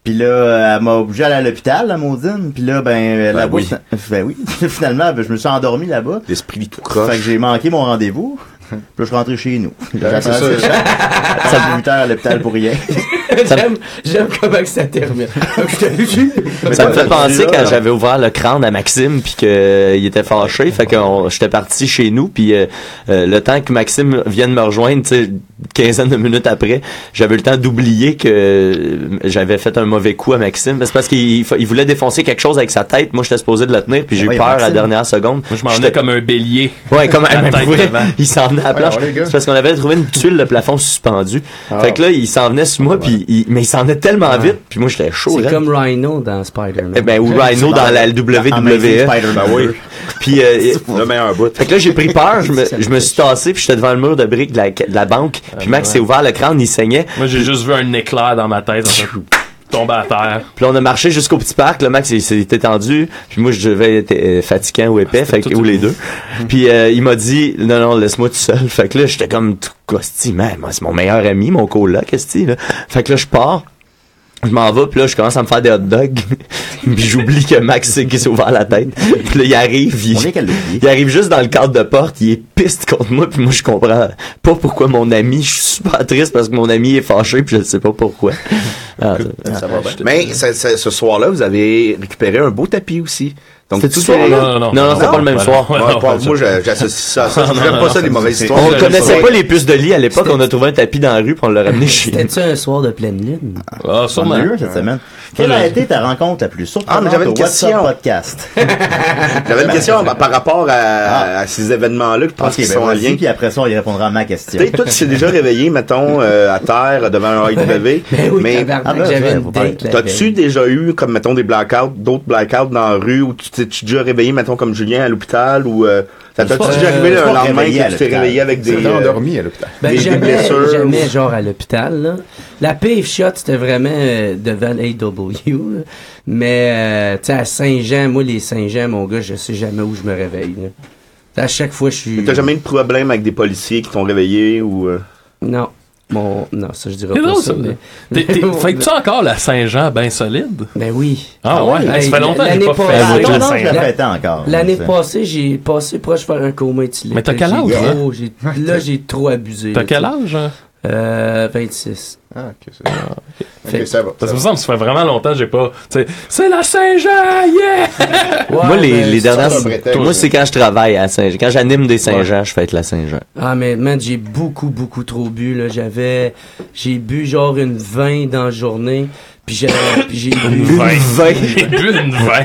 Puis là, euh, elle m'a obligé à aller à l'hôpital, la maudine. Puis là, ben, là-bas, oui. <laughs> ben oui. Finalement, ben, je me suis endormi là-bas. L'esprit du tout Fait croche. que j'ai manqué mon rendez-vous. Puis là, je suis rentré chez nous. c'est ça. <laughs> Ça a 8 heures à l'hôpital pour rien. J'aime- J'aime comment que ça termine. Je t'ai vu. Ça me fait toi, t'as penser dit, quand là, j'avais ouvert le crâne à Maxime puis que euh, il était fâché, fait que on- j'étais parti chez nous puis euh, euh, le temps que Maxime vienne me rejoindre, tu sais, une quinzaine de minutes après, j'avais eu le temps d'oublier que euh, j'avais fait un mauvais coup à Maxime. C'est parce qu'il fa- il voulait défoncer quelque chose avec sa tête. Moi, j'étais supposé de le tenir puis j'ai eu Ouais, peur à la Ben Maxime. dernière seconde. Moi, je m'en J'étais- venais comme un bélier. Ouais, <laughs> comme La ben, tête ouais, devant. il s'en venait à la Ouais, planche. alors, les gars. Ah. C'est parce qu'on avait trouvé une tuile de plafond suspendue. Fait que là, il s'en venait sur moi, puis il- mais il s'en venait tellement vite, puis moi j'étais chaud. <laughs> C'est raide. comme Rhino dans Eh Spider-Man. ben, ou Rhino dans la Ah, Amazing WWE. Spider-Man. <laughs> Puis, <laughs> euh, Le meilleur bout. fait que là, j'ai pris peur, <laughs> je me, je me suis tassé, puis j'étais devant le mur de briques de la, de la banque, puis Max s'est ouvert le crâne, il saignait. Moi, j'ai juste vu un éclair dans ma tête. en fait, Tomber à terre. Puis là, on a marché jusqu'au petit parc, le Max il s'est étendu, puis moi, je devais être euh, fatiguant ou épais, fait, que- tout ou une- les deux. <laughs> Puis euh, il m'a dit, non, non, laisse-moi tout seul. <laughs> Fait que là, j'étais comme, tout costi, man, moi, c'est mon meilleur ami, mon coloc, qu'est-ce là. Fait que là, je pars. Je m'en vais, puis là, je commence à me faire des hot dogs. <laughs> puis j'oublie que Max, c'est qui s'est ouvert la tête. Puis là, il arrive, il, On est qu'à l'oublier. Il arrive juste dans le cadre de porte, il est piste contre moi, puis moi je comprends pas pourquoi mon ami, je suis super triste parce que mon ami est fâché, puis je ne sais pas pourquoi. Ah, ça- Ça va bien. Mais ça- ça- ce soir-là, vous avez récupéré un beau tapis aussi. Donc, C'est tout tout ce soir-là? est- Non, c'était pas Ah, le même soir. Ouais, Ouais, non, pas- ouais, moi, j'a- j'associe ça à ça. Je n'aime pas ça, les mauvaises histoires. on je connaissait sais pas les puces de lit à l'époque, on a trouvé un tapis dans la rue, puis on l'a ramené chez nous. C'était-tu un soir de pleine lune? Ah, On sûrement. a eu un cette semaine. Quelle a été ta rencontre la plus hein. Ah, mais surprenante j'avais une au WhatsApp question. Ah, Podcast? J'avais une question bah, par rapport à, à ces événements-là, je pense Ok, qu'ils ben sont en lien. vas-y, puis après ça, on y répondra à ma question. Tu sais, toi, tu t'es déjà réveillé, mettons, euh, à terre, devant un IW. Ben oui, mais Ah, tabarnak, ben, j'avais ouais, une faut parler. date. la t'as-tu ben. veille. déjà eu, comme, mettons, des blackouts, d'autres blackouts dans la rue, ou tu t'es tu t'es déjà réveillé, mettons, comme Julien à l'hôpital, ou euh, ça Je t'as-tu suis déjà pas- arrivé je suis un pas lendemain réveillé à que tu t'es l'hôpital. réveillé avec des... T'es euh, endormi à l'hôpital. Ben, des- des jamais, blessures, jamais ou- genre à l'hôpital. là. La pire shot, c'était vraiment euh, devant l'AW. là. Mais, euh, tu sais, à Saint-Jean, moi, les Saint-Jean, mon gars, je sais jamais où je me réveille. Ben, là. À chaque fois, je suis... T'as jamais eu de problème avec des policiers qui t'ont réveillé, ou... euh, Non. Mon... Non, ça, je dirais C'est pas drôle, ça. ça. mais- T'es- t'es- Fait que tu as encore la Saint-Jean ben solide? Ben oui. ben, Ah ouais, ça fait longtemps que j'ai l'année pas fait Ah, passée- avouer que non, la non, je la Saint-Jean. fêtais encore. L'année C'est- passée, j'ai passé proche de faire un coma éthylique. Mais t'as Fait quel que j'ai âge, trop- j'ai- Là, j'ai trop abusé. T'as là, quel tu sais. âge? hein? Euh, 26. Ah, ok, c'est ça. Fait- Ok, ça va. Parce que ça me semble que ça fait vraiment longtemps que j'ai pas. tu sais, C'est la Saint-Jean! Yeah! moi, les, ben, les ça- dernières. c'est un prétexte. Euh, Moi, c'est quand je travaille à Saint-Jean. Quand j'anime des <laughs> Saint-Jean, je fête la Saint-Jean. Ah, mais man, j'ai beaucoup, beaucoup trop bu, là. J'avais, j'ai bu genre une 20 dans la journée. Puis j'ai, <coughs> puis j'ai bu Une vin. J'ai bu une vin.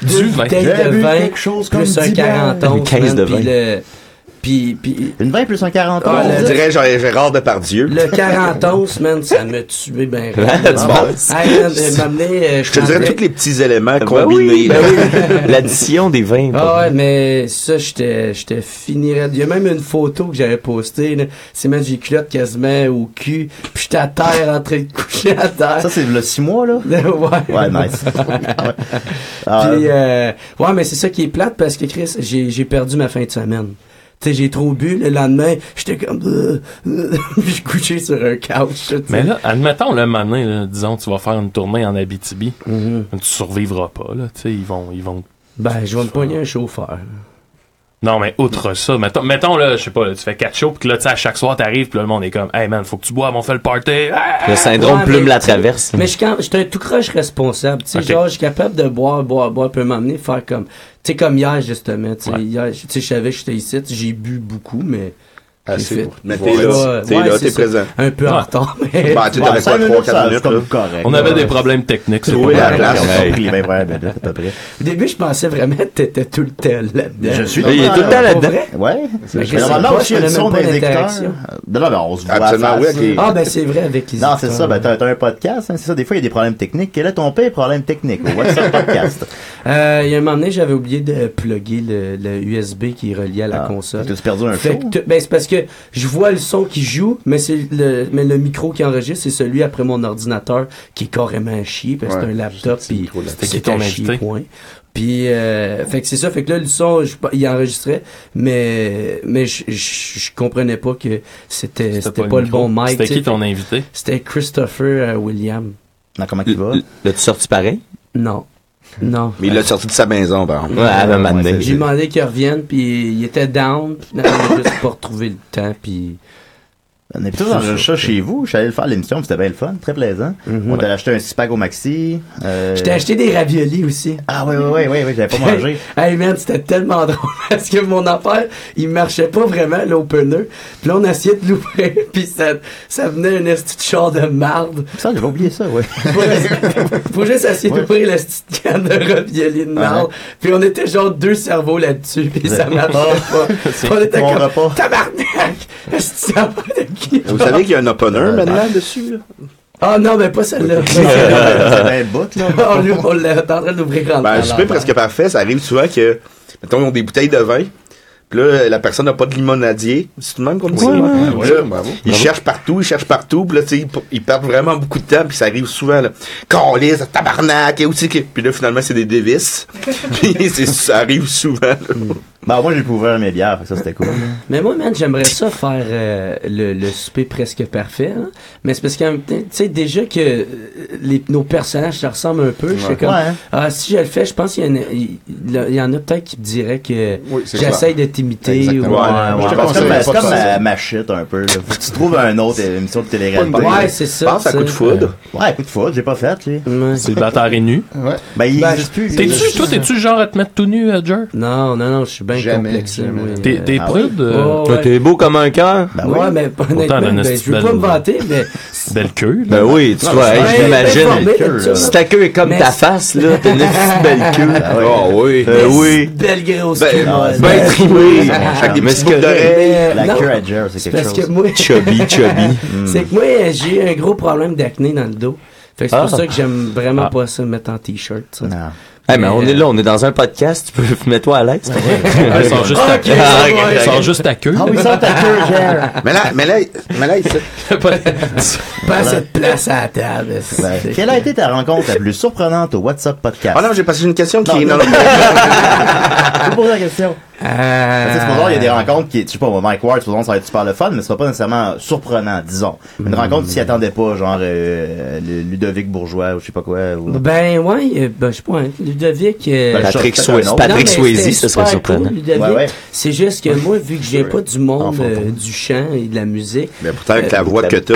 du vin. bouteille J'avais de bu vin, quelque chose comme plus un 10 bières. 40 onces, Une caisse man, de puis vin. le- Puis, puis Une 20 plus un 40 Ah, On le- dirait Gérard- Gérard Depardieu. le 40 man, ça m'a tué ben. Ouais, tu penses? Hey, man, euh, m'amener, euh, Je te dirais tous les petits éléments Ben oui, combinés. ben là. oui. L'addition des vins. Ah ouais, mais ça, j'étais, j'étais finirais. Il y a même une photo que j'avais postée, là. C'est même j'ai culotte quasiment au cul, puis j'étais à terre en train de coucher à terre. Ça, c'est le 6 mois, là. <laughs> ouais. <laughs> Ouais, nice. Ouais. Ah, Puis, euh, ouais, mais c'est ça qui est plate parce que Chris, j'ai, j'ai perdu ma fin de semaine. Tu sais, j'ai trop bu le lendemain, j'étais comme euh, euh, <laughs> puis je couché sur un couch. tu sais. Mais là, admettons, là, maintenant, là, disons, tu vas faire une tournée en Abitibi. Mhm. Tu survivras pas, là. Tu sais, ils vont, ils vont. ben, je vais me pogner un chauffeur. Non, mais outre ça, mettons, mettons là, je sais pas, là, tu fais quatre shows, puis que là, tu sais, à chaque soir, t'arrives, puis là, le monde est comme, hey man, faut que tu boives, on fait le party. Ah! Le syndrome Ouais, plume mais- la traverse. Mais je suis quand- je suis un tout croche responsable. Tu sais, Ok. genre, je suis capable de boire, boire, boire, peut m'amener, faire comme. Tu sais, comme hier, justement. Tu sais, Ouais. hier, je tu sais, je savais que j'étais ici, tu sais, j'ai bu beaucoup, mais. j'ai Assez fait- pour Mais t'es pouvoir être- là, t'es Ouais, là, c'est t'es ça. présent. Un peu en Ouais. retard, mais. Bah, tu ouais, t'avais cinq quoi, 3, 4 ça, minutes, c'est là? comme correct. On avait Ouais. des problèmes techniques, c'est Trouver pas la grave. place. On a pris les 20 premières minutes, à peu près. Au début, je pensais vraiment que t'étais tout le temps là-dedans. Je suis Il est tout le temps Pas là-dedans. vrai? Ouais. Mais Mais qu'est-ce que Normalement, c'est aussi, il y a pas? le On a son même pas des électeurs. d'interaction. Non, non, mais on se voit. Absolument, à la face, oui, ok. là. Ah, ben c'est vrai avec les Non, c'est ça. histoires. Ben, t'as t'as un podcast, hein, c'est ça. Des fois, il y a des problèmes techniques. Quel est ton pire problème technique? au WhatsApp podcast. Euh, il y a un moment donné, j'avais oublié de plugger le, le USB qui est relié à <laughs> la Ah, console. T'as-tu perdu un Fait show? que t- ben c'est parce que je vois le son qui joue, mais c'est le mais le micro qui enregistre, c'est celui après mon ordinateur qui est carrément à chier parce que c'est un laptop puis C'était qui ton à chier, invité? point. Puis euh, fait que c'est ça, fait que là le son je- il enregistrait, mais mais je, je, je comprenais pas que c'était c'était pas, le bon mic. C'était tu qui sais. <laughs> ton invité? C'était Christopher euh, William. Non, comment il va? L'as-tu sorti pareil? Non. Non. Mais il l'a sorti de sa maison, par Ouais, à un moment donné. J'ai demandé qu'il revienne puis il était down, puis finalement, il a juste pas retrouvé le temps puis On est plutôt dans un chat chez vous. Je suis allé le faire l'émission, puis c'était bien le fun, très plaisant. On t'a acheté un six pack au maxi. euh, Mhm. je t'ai acheté des raviolis <laughs> aussi. Ah oui, oui, oui, oui, oui j'avais <laughs> pas mangé. Hey man, c'était tellement <laughs> drôle parce que mon affaire, il marchait pas vraiment l'opener. Puis là on essayait de l'ouvrir, <laughs> puis ça, ça venait un esti de char de <laughs> marde. Ça, j'avais oublié ça, <laughs> oui. Faut juste- Faut juste essayer Ouais. Uh-huh. d'ouvrir la petite canne de raviolis de marde. Ouais. Puis on était genre deux cerveaux là-dessus, puis ça marchait <laughs> pas. Puis on était mon comme repas. tabarnak. <laughs> Esti de cerveau de qui Vous savez qu'il y a un opener maintenant dessus, là? Ah non, mais pas <laughs> celle-là. C'était un bout, là. <laughs> on l'a- on l'a- on est en train d'ouvrir en Ben, en le souper l'envers. presque parfait, ça arrive souvent que, mettons, ils ont des bouteilles de vin. Puis là, la personne n'a pas de limonadier. C'est tout de même qu'on dit. ça? ouais, Puis ouais, là, bravo. Ils cherchent partout, ils cherchent partout. Puis là, tu sais, ils p- ils perdent vraiment beaucoup de temps. Puis ça arrive souvent, là. Câlisse, tabarnak, et aussi que... Puis là, finalement, c'est des dévis. <laughs> Puis c'est- ça arrive souvent, là. Ben, moi, j'ai pu ouvrir mes bières, fait que ça, c'était cool. Mais moi, man, j'aimerais ça faire euh, le, le souper presque parfait. hein. Mais c'est parce qu'en même temps, tu sais, déjà que euh, les, nos personnages se ressemblent un peu. Je fais comme, Ouais. ah, si je le fais, je pense qu'il y en a, il, il y en a peut-être qui me diraient que Oui, c'est j'essaye de t'imiter. Exactement. ou- Ouais, Ouais, ouais, Ah, ouais, je te c'est comme, conseille ma- pas c'est de comme euh, faire ma, ça. ma shit un peu. Là. Faut que tu trouves un autre émission de télé-réalité. Pas une Ouais, c'est ça. Pense à tu coup de sais. foudre. Ouais, écoute, faut, j'ai pas fait, lui. Ouais. C'est le bâtard est nu. Ouais. Ben, il Ben, existe plus. lui. T'es-tu, toi, t'es-tu genre à te mettre tout nu, Edger? Non, non, non, je suis bien Jamais, complexe. jamais. oui. T'es, t'es ah prude? euh, Oh, Toi, ouais. T'es beau comme un cœur. Ben Ouais, oui. mais honnêtement, d'un ben, je esti veux pas me belle- vanter, mais... Belle queue, là. Ben oui, tu vois, hey, Ouais, je t'es l'imagine. formé, queue, t'as là. Si ça. ta queue est comme Mais- ta face, là, <laughs> t'as une petite belle queue. Ah oui. Ben oui. Ah, Belle grosse Ben, queue, ben, ouais. Ben trimé. Avec des Mais petites c'est boucles correct. d'oreilles. Mais, La Euh, non, queue à Jer, c'est c'est quelque parce chose. que moi... Chubby, chubby. <laughs> C'est que moi, euh, j'ai un gros problème d'acné dans le dos. Fait que c'est pour Ah. ça que j'aime vraiment pas ça me mettre en t-shirt. ça. Non. Hey, mais on est là, on est dans un podcast, tu peux mets-toi à l'aise. Ah, ils sont juste à queue. Ah, Ils sont juste à queue. Ah oui, ça, ta queue, Jer. Mais là, mais là, mais là, ici, Pas assez de place à la table. <laughs> Ben, c'est- quelle a été ta rencontre la plus surprenante au WhatsApp podcast? Ah non, j'ai passé une question qui Non, est non. non, non. Je te pose la question. Euh, Ben, Tu sais, c'est pour ça, il y a des rencontres qui, tu sais pas, moi, Mike Ward, supposons, ça va être super le fun, mais ce sera pas nécessairement surprenant, disons. Une rencontre, tu t'y attendais pas, genre, euh, le Ludovic Bourgeois, ou je sais pas quoi, ou... Ben ouais, euh, ben, je sais pas, hein, Ludovic... euh, Ben, Patrick peut-être un Swayze. autre. non, Patrick mais Swayze, c'était ce serait super surprenant. cool, Ludovic. Ouais, ouais. C'est juste que moi, vu que je viens pas du monde euh, du chant et de la musique, Mais pourtant, avec Euh, la voix <laughs> que t'as,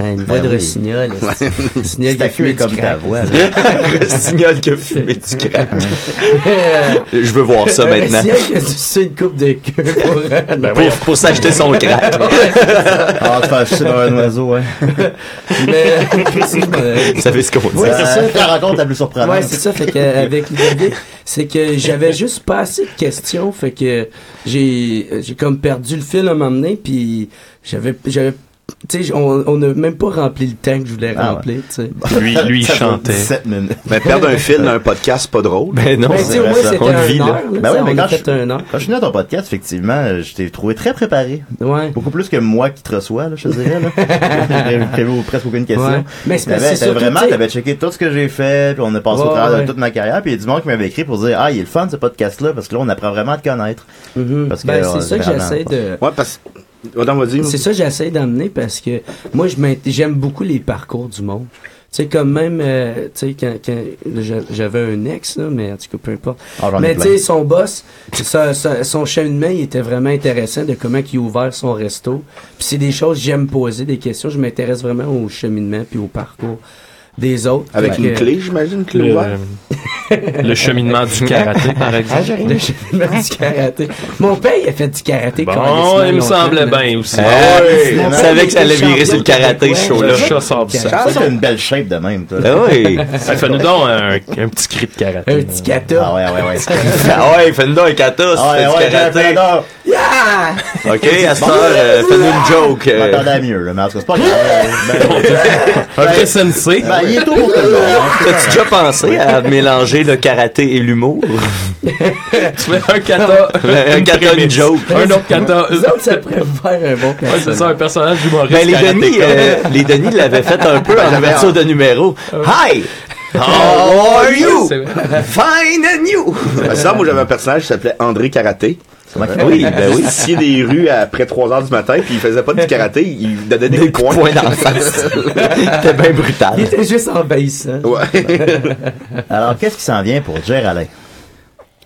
ben, une voix Ben de oui. rossignol, c'est- rossignol Ta qui queue est fait comme comme ta <laughs> voix. là. signale que fumer du crack. Je veux voir ça maintenant. Rossignol Ben, qui a du sucer une coupe de queue pour, euh, Ben Pour, pour s'acheter <laughs> son crack. Ah, tu fais afficher dans un oiseau, hein. ouais. mais <laughs> Christy, je m'en allais. Vous savez ce qu'on dit. Ouais, C'est ça, ta rencontre la plus surprenante. Ouais, c'est ça. Fait que euh, avec David, c'est que j'avais juste pas assez de questions. Fait que j'ai euh, j'ai comme perdu le fil à un moment donné. Puis j'avais j'avais tu sais, on on n'a même pas rempli le temps que je voulais Ah ouais. remplir. Tu sais. Lui, lui il Ça dure chantait. 17 minutes. Mais perdre un fil dans un podcast, c'est pas drôle. Ben non, Ben, tu sais, au moins vrai, ça, c'était on le un vit, là. heure. Ben Là, ouais, tu sais, mais on quand a fait je- un heure. Quand je suis venu à ton podcast, effectivement, je t'ai trouvé très préparé. Ouais. Beaucoup plus que moi qui te reçois, là, je te dirais. là. J'avais <laughs> prévu presque aucune question. Ouais. Mais c'est parce que c'est T'avais- t'avais surtout, vraiment, tu sais- t'avais checké tout ce que j'ai fait, puis on a passé au Ouais, travers ouais. de toute ma carrière, puis il y a du monde qui m'avait écrit pour dire Ah, il est le fun ce podcast-là, parce que là, on apprend vraiment à te connaître. Mhm. Parce que, Ben, euh, c'est ça que vraiment, j'essaie de. Ouais, parce que. va dire. C'est ça que j'essaie d'amener parce que moi, je m'int- j'aime beaucoup les parcours du monde. Tu sais, comme même, euh, tu sais, quand, quand j'a- j'avais un ex, là, mais en tout cas, peu importe. Ah, j'en ai mais tu plein. sais, son boss, son, son, son cheminement, il était vraiment intéressant de comment il a ouvert son resto. Puis c'est des choses, j'aime poser des questions. Je m'intéresse vraiment au cheminement puis au parcours des autres. Avec Fait une que- <laughs> clé, j'imagine, que Le, l'ouvre. le cheminement Ah, du karaté, par exemple. Le cheminement du karaté. Mon père, il a fait du karaté. Bon, calissement il me longtemps, semblait là. bien aussi. Ah On savait que ça allait virer sur le karaté chaud, Le là. chat sort du sac. Ça, t'as une belle shape de même, toi. Ah oui. Ça fait nous donc un, un petit cri de karaté. Un petit kata. Ah ouais, ouais, ouais. <laughs> Ah ouais, fais-nous donc un kata, si tu Ah ouais, fais ouais, du karaté. j'adore. Yeah! Ok, <laughs> à ce fais-nous une joke. Je euh. m'attendais à mieux, là, mais en tout cas, c'est <laughs> pas grave. Ben, Un vrai sensei. ben, il est tôt pour tout le monde. <laughs> T'as-tu déjà pensé à mélanger le karaté et l'humour? Tu fais un kata, Un une kata, une prémisse. joke. Un autre kata. une- Eux autres, ça pourrait faire un bon Ouais, c'est ça, un personnage humoriste. Ben, les karatéka. Denis, euh, les Denis l'avaient fait un <laughs> peu en ouverture de numéro. Hi! Oh, How are you? C'est vrai. Fine and you! Ben, c'est ça, moi, j'avais un personnage qui s'appelait André Karaté. Euh, Oui, ben oui. Justicier des rues après 3 heures du matin, puis il faisait pas du karaté, il donnait des, Des points. coups de poing dans le <laughs> face. C'était bien brutal. Il était juste envahissant. Ouais. Alors, qu'est-ce qui s'en vient pour Jer Alain?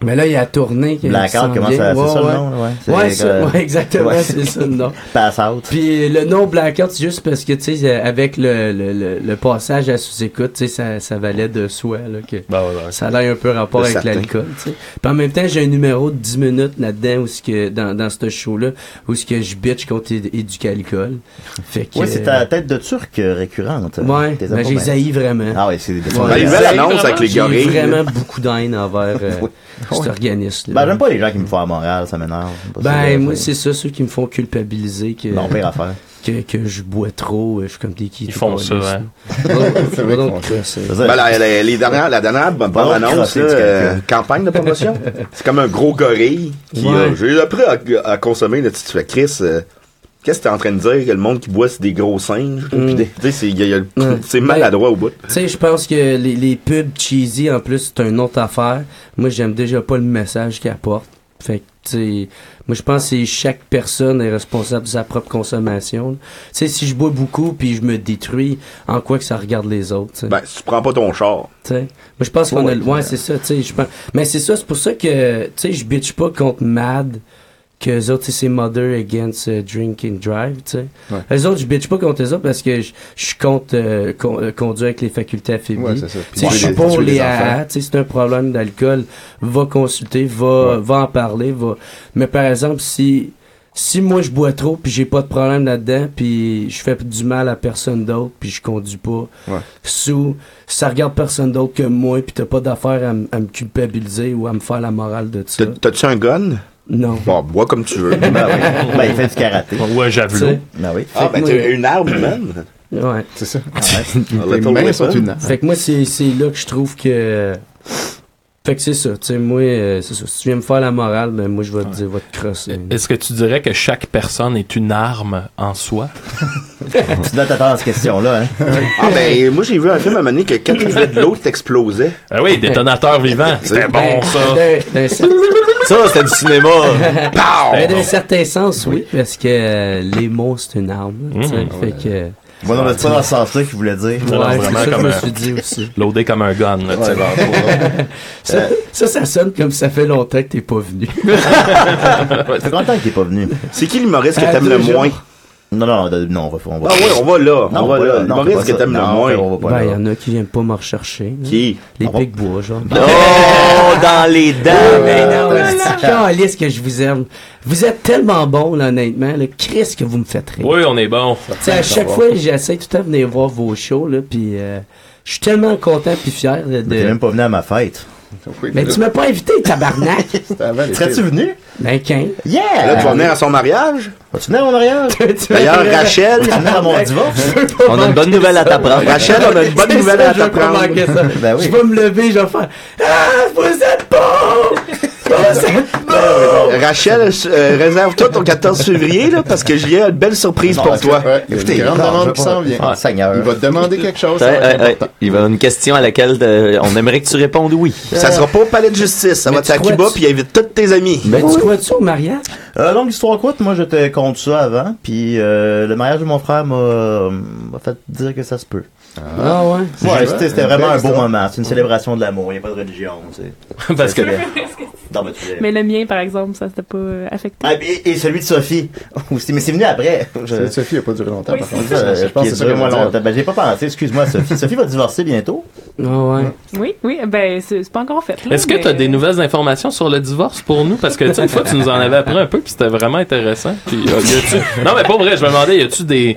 Mais là, il a tourné. qu'il s'en Blackout, comment vient. ça, c'est Ouais, ça le ouais. nom, là, ouais? C'est Ouais, que- ça- ouais, exactement, Ouais. c'est ça le nom. Pass out. Puis euh, le nom Blackout, c'est juste parce que, tu sais, euh, avec le, le, le, le passage à sous-écoute, tu sais, ça, ça valait de soi, là, que Ben, ouais, ouais. ça a l'air un peu rapport De avec certain. l'alcool, tu sais. Puis en même temps, j'ai un numéro de 10 minutes là-dedans, où ce que, dans, dans ce show-là, où ce que je bitch contre éduque-alcool. Fait que... Oui, c'est ta tête de turc euh, récurrente. Ouais, T'es ben, j'ai pas- zaï vraiment. Ah oui, c'est des Ouais. Ben, il y avait l'annonce avec les J'ai gorilles. vraiment beaucoup d'haine envers euh, <laughs> cet organisme. Ben, j'aime pas les gens qui me font la morale, ça m'énerve. Pas ça, Ben, ça- moi, c'est ça, ceux qui me font culpabiliser que, Non, pire affaire. que, que je bois trop, euh, je suis comme des qui. Ils font ça, hein. <laughs> C'est ça. Ben, la, la- les dernières- la dernière bonne Bon, annonce, crosser là, du euh, calcul. campagne de promotion. c'est comme un gros gorille qui, Ouais. euh, j'ai appris à, à consommer, là, tu te fais Chris, euh, qu'est-ce que t'es en train de dire que le monde qui boit, c'est des gros singes? Puis des- Tu sais, c'est, il y a- il y a le- Ouais. c'est maladroit au bout. Tu sais, je pense que les, les pubs cheesy, en plus, c'est une autre affaire. Moi, j'aime déjà pas le message qu'ils apportent. Fait que, tu sais, moi, je pense que c'est chaque personne est responsable de sa propre consommation. là. Tu sais, si je bois beaucoup puis je me détruis, en quoi que ça regarde les autres, tu sais. Ben, si tu prends pas ton char. Tu sais. Moi, je pense qu'on a Ouais, le. Ouais, c'est ça, tu sais. je pense- Mais c'est ça, c'est pour ça que, tu sais, je bitch pas contre Mad, que eux autres, tu sais, c'est Mother Against euh, Drink and Drive, tu sais. Eux autres, je bitch pas contre eux autres parce que je je suis contre euh, con- euh, conduire avec les facultés affaiblies. Ouais, c'est ça. Tu sais, je Tuer suis les- pour tuer les les enfants. AA, Ah, tu sais, c'est un problème d'alcool, va consulter, va, va en parler, va. Mais par exemple, si, si moi je bois trop puis j'ai pas de problème là-dedans puis je fais du mal à personne d'autre puis je conduis pas sous ça regarde personne d'autre que moi puis t'as pas d'affaire à, m- à me culpabiliser ou à me faire la morale de ça T'as- T'as-tu un gun? non Bon, bois comme tu veux. Ben, oui. <laughs> ben, il fait du karaté. Ou un Tu sais, javelot. Ben oui. <laughs> ah, ben, Fait que t'as moi- une arme humaine. ouais C'est ça. Little Les mains sont weapon. une arme. fait que moi c'est c'est là que je trouve que fait que c'est ça tu sais moi euh, c'est ça si tu viens me faire la morale ben moi je vais te dire va te crosser Est-ce que tu dirais que chaque personne est une arme en soi? Tu dois t'attendre à cette question-là, hein. Ah, ben, moi, j'ai vu un film à un moment donné que quand tu buvais de l'eau, t'explosais. Ah oui, détonateur vivant. C'était bon, <laughs> ça. D'un- d'un cer- Ça, c'était du cinéma. ben, d'un certain sens oui parce que euh, les mots c'est une arme tu sais. fait que euh, Moi, non, mais c'est pas dans ce sens-là qu'il voulait dire. Non, non, ouais, c'est vraiment ça que je comme me un- suis dit aussi Loadé comme un gun, là, tu sais. <laughs> Ça, ça, ça sonne comme ça fait longtemps que t'es pas venu. Ça fait longtemps qu'il est pas venu. C'est qui l'humoriste que Ah, t'aimes deux le jours. moins? Non, non, non, non, on va, on va. Ah ouais, on va là. Non, on va pas là. là, non, Maurice pas que ça. t'aimes le Non, moins. on va pas Ben, là. il y en a qui viennent pas me rechercher. Qui? Les On va- pics bois, genre. Oh, dans les dents! Mais non, Calice que je vous aime. Vous êtes tellement bon, là, honnêtement. Le Christ que vous me faites rire. Oui, on est bon. Tu sais, à chaque fois, j'essaie tout le temps de venir voir vos shows, là, puis euh, je suis tellement content puis fier de... de- T'es même pas venu à ma fête. Oui, Mais tu m'as pas invité, tabarnak! c'était avant les Serais-tu films. venu? ben, qu'un. Yeah! Là, tu vas venir à son mariage. Vas-tu venir à mon mariage? Tu D'ailleurs, Rachel, vas venir à mon <laughs> divorce? On a une bonne nouvelle à t'apprendre. Rachel, on a une bonne <laughs> C'est nouvelle ça, à je vais pas t'apprendre. manquer ça. Ben oui. Je vais me lever, je vais faire « Ah, vous êtes bon! Vous êtes bon! Rachel, euh, réserve-toi ton 14 février, là, parce que j'ai une belle surprise pour toi. Ouais, il y a Écoutez, une grande non, je demande veux qui pas- s'en vient. Ah, Seigneur. Il va te demander quelque chose. ça Ouais, va être ouais, ouais. important. Il va y avoir une question à laquelle euh, on aimerait que tu répondes oui. Ça sera pas au palais de justice. Ça Mais va être tu à crois- Cuba, tu- puis invite tous tes amis. Ben, tu crois-tu au mariage? Euh, longue histoire courte, moi je te compte ça avant, puis euh, le mariage de mon frère m'a euh, m'a fait dire que ça se peut. Ah ouais. Ouais, juste, c'était c'était une vraiment un belle beau histoire. moment, c'est une célébration de l'amour, il n'y a pas de religion, tu sais. Parce que Non, mais tu sais. Mais le mien, par exemple, ça, c'était pas euh, affecté. Ah, et, et celui de Sophie <laughs> aussi, mais c'est venu après. Je- Celui de Sophie n'a pas duré longtemps, Oui, par c'est contre. Ça, Je pense que c'est ça moi qu'elle va dire. longtemps. Ben, j'ai pas pensé, excuse-moi Sophie. Sophie va divorcer bientôt. Ah ouais. Oui, oui, ben, c'est c'est pas encore fait. là, Est-ce que mais- tu as des nouvelles informations sur le divorce pour nous? Parce que, tu sais, une fois, tu nous en avais appris un peu, puis c'était vraiment intéressant. Puis, euh, y a-tu- Non, mais pas vrai, je me demandais, y a-tu des.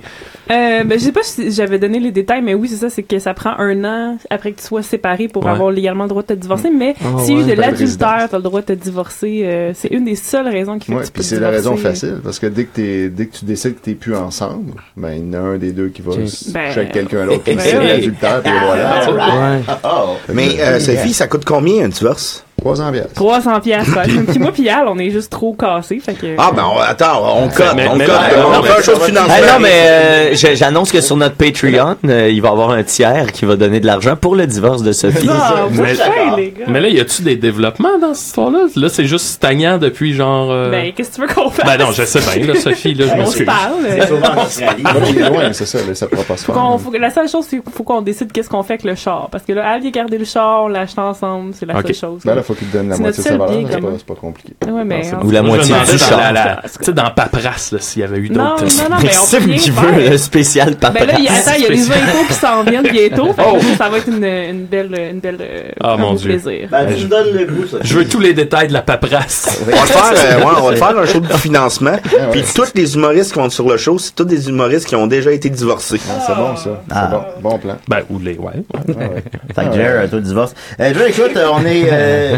Euh, ben, je sais pas si j'avais donné les détails, mais oui, c'est ça, c'est que ça prend un an après que tu sois séparé pour Ouais. avoir légalement le droit de te divorcer, mais Ah s'il y a eu ouais. de l'adultère, résidence. t'as le droit de te divorcer, euh, c'est une des seules raisons qui fait Ouais, que tu peux puis te c'est la raison divorcer. euh, facile, parce que dès que, t'es, dès que tu décides que t'es plus ensemble, ben, il y en a un des deux qui va Ben, se coucher avec quelqu'un d'autre qui ben c'est oui. l'adultère, puis <laughs> voilà. Ouais. Ah, Mais, euh, Sophie, ça coûte combien, un divorce? Trois ans bière. 300 piastres, ouais. Puis moi, puis Al, on est juste trop cassés, fait que... Ah, ben, on- attends, on cote, mais- on mais- cote. mais- On non, fait mais- un show de Ah financement. non, mais euh, je- j'annonce que sur notre Patreon, euh, il va y avoir un tiers qui va donner de l'argent pour le divorce de Sophie. Ah, vous Mais- savez, les gars! Mais là, y a-tu des développements dans cette histoire-là? Là, c'est juste stagnant depuis genre. euh, Ben, qu'est-ce que tu veux qu'on fasse? Ben non, je sais bien, là, Sophie, là, je On se m'excuse. parle. euh, Souvent en Australie. Là, <laughs> il est loin, c'est ça, là, ça pourra pas se Faut faire. qu'on- faut que- la seule chose, c'est qu'il faut qu'on décide qu'est-ce qu'on fait avec le char. Parce que là, Al, il a gardé le char, on l'a acheté ensemble, c'est la Ok. seule chose. Ben là, faut qu'il te donne la C'est moitié de sa notre seul valeur, bien c'est commun. pas, c'est pas compliqué. Ouais, mais Ou la Je me moitié demandais du dans char. la- la- Tu sais, dans Paperasse, là, s'il y avait eu Non, d'autres. non, non, mais on peut Maxime rien qui faire. veut le spécial papa. Ben là, il y a, attends, il y a des Spécial. impôts qui s'en viennent bientôt. Fait que ça va être une, une belle, une belle, euh, Ah, un mon beau Dieu. plaisir. Ben, tu me donnes le goût, ça. <laughs> Je veux tous les détails de la paperasse. On va le faire, euh, ouais, on va le faire un show de financement. Puis tous les humoristes qui vont sur le show, c'est tous des humoristes qui ont déjà été divorcés. Ah, c'est bon, ça. Ah. C'est bon. Bon plan. Ben, ou les, ouais. Ah, ouais. Fait que Jer, toi, divorce. Euh, Jer, écoute, euh, on est, euh,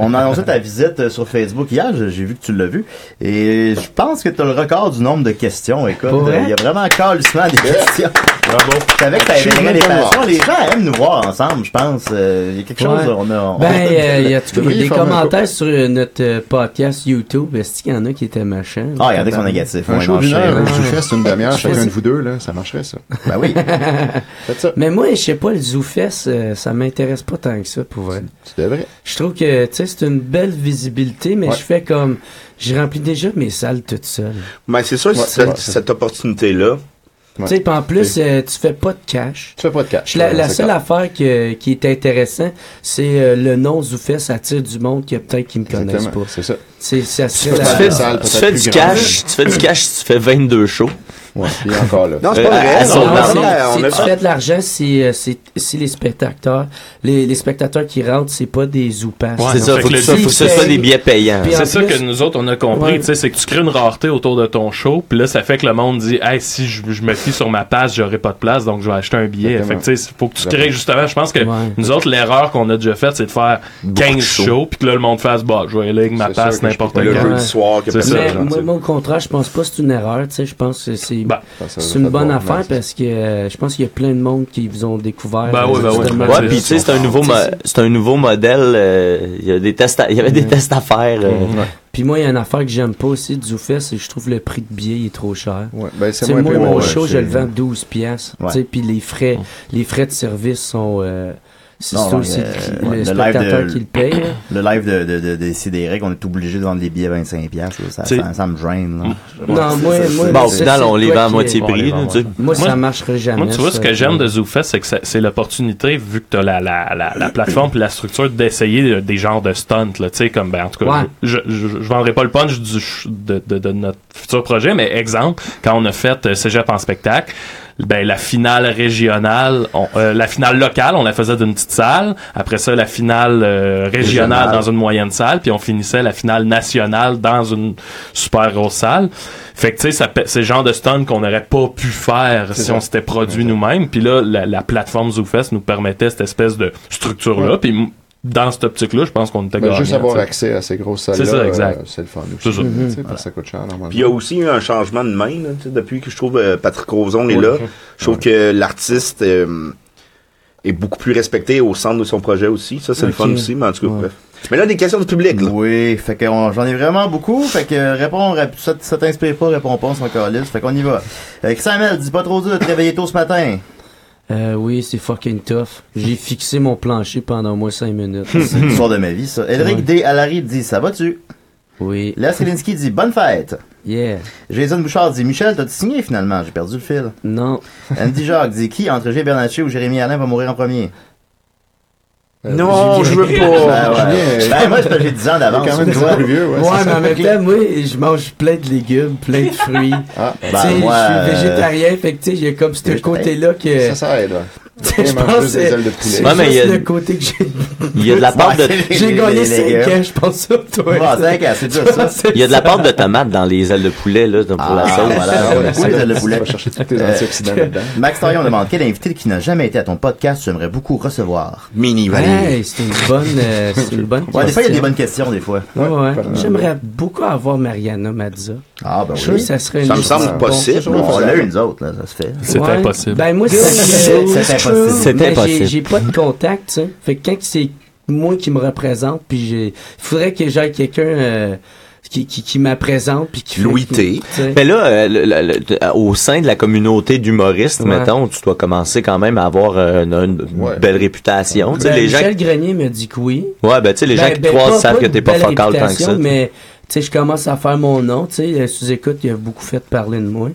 on a annoncé ta visite euh, sur Facebook hier. je- J'ai vu que tu l'as vu. Et je pense que t'as le record du nombre de questions. Écoute, Pour euh, vrai? il y a vraiment calissement des questions. Bravo. Je savais que Je t'avais suis vraiment des même pas passions. Les gens aiment nous voir ensemble, je pense. Euh, Il y a quelque chose, Ouais. on a, on- Ben, euh, il y a, en tout cas, il y a Devriez des former un commentaires sur euh, notre euh, podcast YouTube. Est-ce qu'il y en a qui étaient machins? Ah, il y en a qui sont négatifs. Un on show est d'une heure, enchaîné. où hein. je vous fais une demi-heure, chacun c'est- de vous deux, là, ça marcherait, ça. Ben oui. <laughs> Faites ça. Mais moi, je sais pas, le Zoufest, euh, ça m'intéresse pas tant que ça, pour vrai. Tu devrais. Je trouve que, tu sais, c'est une belle visibilité, mais Ouais. je fais comme... Je remplis déjà mes salles toutes seules. Mais Ben, c'est sûr, que Ouais, cette- ouais. cette opportunité-là, Ouais. Tu sais, pis en plus, euh, tu fais pas de cash. Tu fais pas de cash. Je- La, Ouais, la c'est seule clair. affaire que- qui est intéressante, c'est euh, le nom Zoufest attire du monde qui a peut-être qui me connaissent Exactement, pas. c'est ça. C'est ça serait Tu la- fais- tu salle peut-être fais du plus cash, tu fais du cash si tu fais 22 shows. Ouais, puis encore là. Non, c'est Euh, pas à- à vrai. son Non, Non, argent. non, c'est- Ah, non, on si a- tu fais de l'argent, c'est, euh, c'est- si les spectateurs, les, les spectateurs qui rentrent, c'est pas des zoupas. Ouais, C'est ça, Fait faut que que, le ça, faut que ce DJ soit des billets payants. Puis en C'est ça plus- que nous autres on a compris, Ouais. tu sais, c'est que tu crées une rareté autour de ton show, puis là ça fait que le monde dit, hey, si je, je me fie sur ma passe, j'aurai pas de place, donc je vais acheter un billet. Exactement. Fait que tu sais, faut que tu crées justement. Je pense que Ouais. nous autres l'erreur qu'on a déjà faite, c'est de faire 15 shows. shows, puis que là le monde fasse, bah, je vais aller avec ma C'est passe sûr que n'importe le quand. jeu du soir, que C'est personne- ça, Mais genre, moi, moi, au contraire, je pense pas que c'est une erreur. Tu sais, je pense que c'est Bah, Ça, ça, c'est ça une fait bonne bon. affaire Ouais, c'est- parce que euh, je pense qu'il y a plein de monde qui vous ont découvert. Bah ouais, bah ouais. justement. Ouais, Ouais, puis tu sais, c'est un nouveau, mo- c'est un nouveau modèle. euh, Il y a des tests, à- il y avait des tests à faire. euh, Puis moi, il y a une affaire que j'aime pas aussi du fait, c'est que je trouve le prix de billet il est trop cher. Ouais, ben, Tu c'est sais, moins moi, pire, mon ouais, show, c'est- je le vends 12 piastres. Ouais. Tu sais, puis les frais, les frais de service sont, euh, C'est Non, c'est non, aussi euh, le, ouais, le le spectateur live de- qui le paye. hein. là. Le live de, de, de, de Sidéré, on est obligé de vendre les billets à 25$. piastres, là. Ça, C'est- ça, ça me gêne. là. Non, moi, moi, Bon, Bah, au ça, final, c'est on les toi vend à qui- moitié On les prix, vend, là, tu sais. Moi, Moi, ça marcherait jamais. Moi, tu vois, ce ça, que j'aime ouais. de ZooFest, c'est que ça- c'est l'opportunité, vu que t'as la, la, la, la plateforme puis la structure, d'essayer euh, des genres de stunts, là, tu sais, comme, ben, en tout cas, Ouais. je, je, je vendrai pas le punch du, ch- de, de, de notre futur projet, mais exemple, quand on a fait euh, Cégep en spectacle, ben, la finale régionale, on- euh, la finale locale, on la faisait d'une petite salle. Après ça, la finale euh, régionale dans une moyenne salle, puis on finissait la finale nationale dans une super grosse salle. Fait que tu sais, ça pa- c'est le genre de stunt qu'on n'aurait pas pu faire si on s'était produit nous-mêmes. Puis là, la, la plateforme ZooFest nous permettait cette espèce de structure-là. Puis m- dans cette optique-là, je pense qu'on était Ben, gagnant, juste avoir tu sais. accès à ces grosses salles C'est ça, exact. euh, c'est le fun C'est aussi. ça. tu sais, parce que ça coûte cher, normalement. Puis il y a aussi eu un changement de main là, tu sais, depuis que je trouve euh, Patrick Roson est là. Je trouve que l'artiste euh, est beaucoup plus respecté au centre de son projet aussi. Ça, c'est le fun aussi, mais en tout cas, bref. Mais là, des questions du public. Là. Oui, fait que on- j'en ai vraiment beaucoup. Fait que euh, réponds, rap- ça, ça t'inspire pas, réponds pas, on s'en calisse. Fait qu'on y va. Euh, Samuel, dis pas trop dur de te réveiller tôt ce matin. Euh, oui, c'est fucking tough. J'ai fixé mon plancher pendant au moins 5 <laughs> minutes. C'est Hmm. l'histoire de ma vie, ça. Elric Ouais. D. Alary dit, ça va-tu? oui. Léa Selinski dit, bonne fête. Yeah. Jason Bouchard dit, Michel, t'as-tu signé finalement? J'ai perdu le fil. Non. Andy Jacques dit, qui entre G. Bernatchez ou Jérémy Alain va mourir en premier? Euh, non, je veux Ben, pas. ouais. Ben, moi, c'est parce que j'ai 10 ans Il est d'avance. quand même tu vois. déjà plus vieux, ouais. Ouais, c'est mais ça. en même temps, moi, je mange plein de légumes, plein de fruits. <laughs> Ah, tu Ben, sais, moi, je euh, suis végétarien, fait que tu sais, il y a comme ce végétarien. côté-là que. ça, ça aide. ouais. <laughs> Je Il mange pense que juste des ailes de c'est poulet. c'est Ouais, mais il y juste a- le côté que j'ai. Il y a de la part de, J'ai gagné 5 légumes. ans, je pense ça, toi. Ah, cinq ans, <laughs> c'est dur, ça. il y a de la part de tomate dans les ailes de poulet, là, pour la Ah, sauce. voilà. Ah, ouais, Oui, ça, Euh, ailes de tu poulet. vas chercher tous tes antioxydants dedans. Max Tarion demande, quel invité qui n'a jamais été à ton podcast, tu aimerais beaucoup recevoir? Mini Valérie. Ouais, c'est une bonne. euh, c'est une bonne Ouais, des fois, il y a des question. bonnes questions, des fois. Ouais, ouais. Pas mal. J'aimerais beaucoup avoir Mariana Mazza. Ah, ben Je trouve que ça serait une Ça me semble bonne- possible. Bon, on l'a eu, nous autres, là, ça se fait. C'est Ouais. impossible. Ben moi, C'est- c'est c'est impossible. C'est Mais j'ai- impossible. J'ai pas de contact, tu sais. Fait que quand c'est moi qui me représente, puis j'ai, il faudrait que j'aille quelqu'un euh, qui qui, qui me présente puis qui. fait- Louis T. Ben, tu sais. Mais là, euh, le- le- le- euh, au sein de la communauté d'humoristes, Ouais. mettons, tu dois commencer quand même à avoir euh, une, une Ouais. belle réputation. Tu sais, Ben, les gens, Michel Grenier me dit que oui. ouais, ben, tu sais, les gens Ben, qui te ben, croisent pas- savent pas que une t'es pas belle focal tant que ça. réputation, Mais tu sais, je commence à faire mon nom. Tu sais, euh, sous écoute, il y a beaucoup fait parler de moi.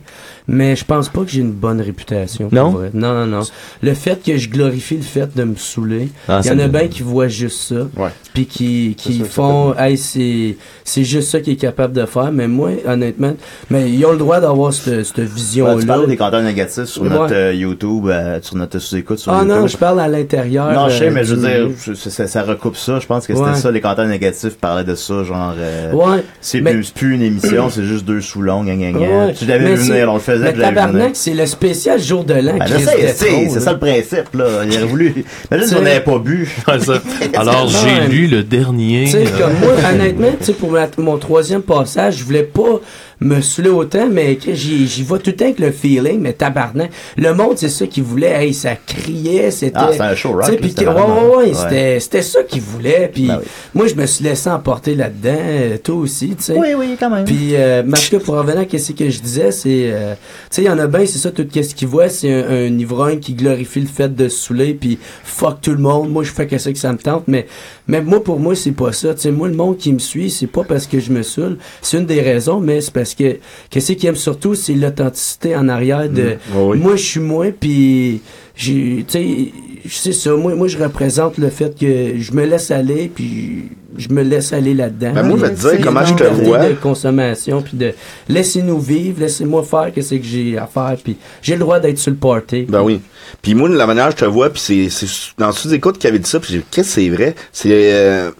Mais je pense pas que j'ai une bonne réputation. pour Non? vrai. Non, non, non. Le fait que je glorifie le fait de me saouler, Ah, il y ça en a me- bien qui voient juste ça. Ouais. Puis qui, qui sûr, font, hey, c'est, c'est juste ça qu'il est capable de faire. Mais moi, honnêtement, mais ils ont le droit d'avoir cette, cette Ouais, vision-là. tu parlais des canteurs négatifs sur Ouais. notre euh, YouTube, euh, sur notre sous-écoute, sur ah YouTube. non, je parle à l'intérieur. Non, je sais, euh, mais je du- veux dire, je- ça- ça, ça recoupe ça. Je pense que c'était Ouais. ça, les canteurs négatifs parlaient de ça, genre... euh, Ouais. C'est mais- plus, c'est plus une émission, c'est juste deux sous-longs, gang, gang, gang. Ouais. Tu l'avais Mais vu c'est- venir, on le faisait, Mais tu l'avais vu venir. tabarnak, c'est le spécial jour de l'an. Ben, je Chris sais, Détron, c'est- c'est là. ça le principe, là. Il aurait voulu... Mais là, Tu on sais- n'avait pas bu. <laughs> <laughs> Ouais, ça. Alors, Non, j'ai mais- lu le dernier. Tu sais, euh, comme moi, honnêtement, tu sais, pour ma- mon troisième passage, je voulais pas me saouler autant, mais que j'y j'y vois tout le temps avec le feeling, mais tabarnak. Le monde, c'est ça qu'il voulait. Hey, ça criait, c'était... Ah, c'était un show rock, Tu sais, là, puis c'était que- ouais, vraiment- ouais, ouais, ouais. c'était- c'était ça qu'il voulait. Puis Ben oui. moi, je me suis laissé emporter là-dedans, euh, toi aussi, tu sais. Oui, oui, quand même. Puis, euh, parce que pour revenir à ce que je disais, c'est... euh, tu sais, il y en a bien, c'est ça, tout ce qu'ils voient, c'est un, un ivrogne qui glorifie le fait de se saouler, puis fuck tout le monde, moi, je fais que ça que ça me tente, mais même moi, pour moi, c'est pas ça. Tu sais, moi, le monde qui me suit, c'est pas parce que je me saoule, c'est une des raisons, mais c'est parce que... Qu'est-ce qu'ils aiment surtout, c'est l'authenticité en arrière de... Mm. Moi, je suis moi, puis... j'ai- Tu sais, c'est ça, moi, moi, je représente le fait que je me laisse aller, puis je me laisse aller là-dedans. Ben, moi, je vais te dire comment je te Liberté vois. de consommation, puis de laissez-nous vivre, laissez-moi faire qu'est-ce que j'ai à faire, puis j'ai le droit d'être sur le party. Ben oui. Puis moi, la manière que je te vois, puis c'est, c'est dans sous-écoute qui avait dit ça, puis j'ai dit, qu'est-ce que c'est vrai? C'est, euh,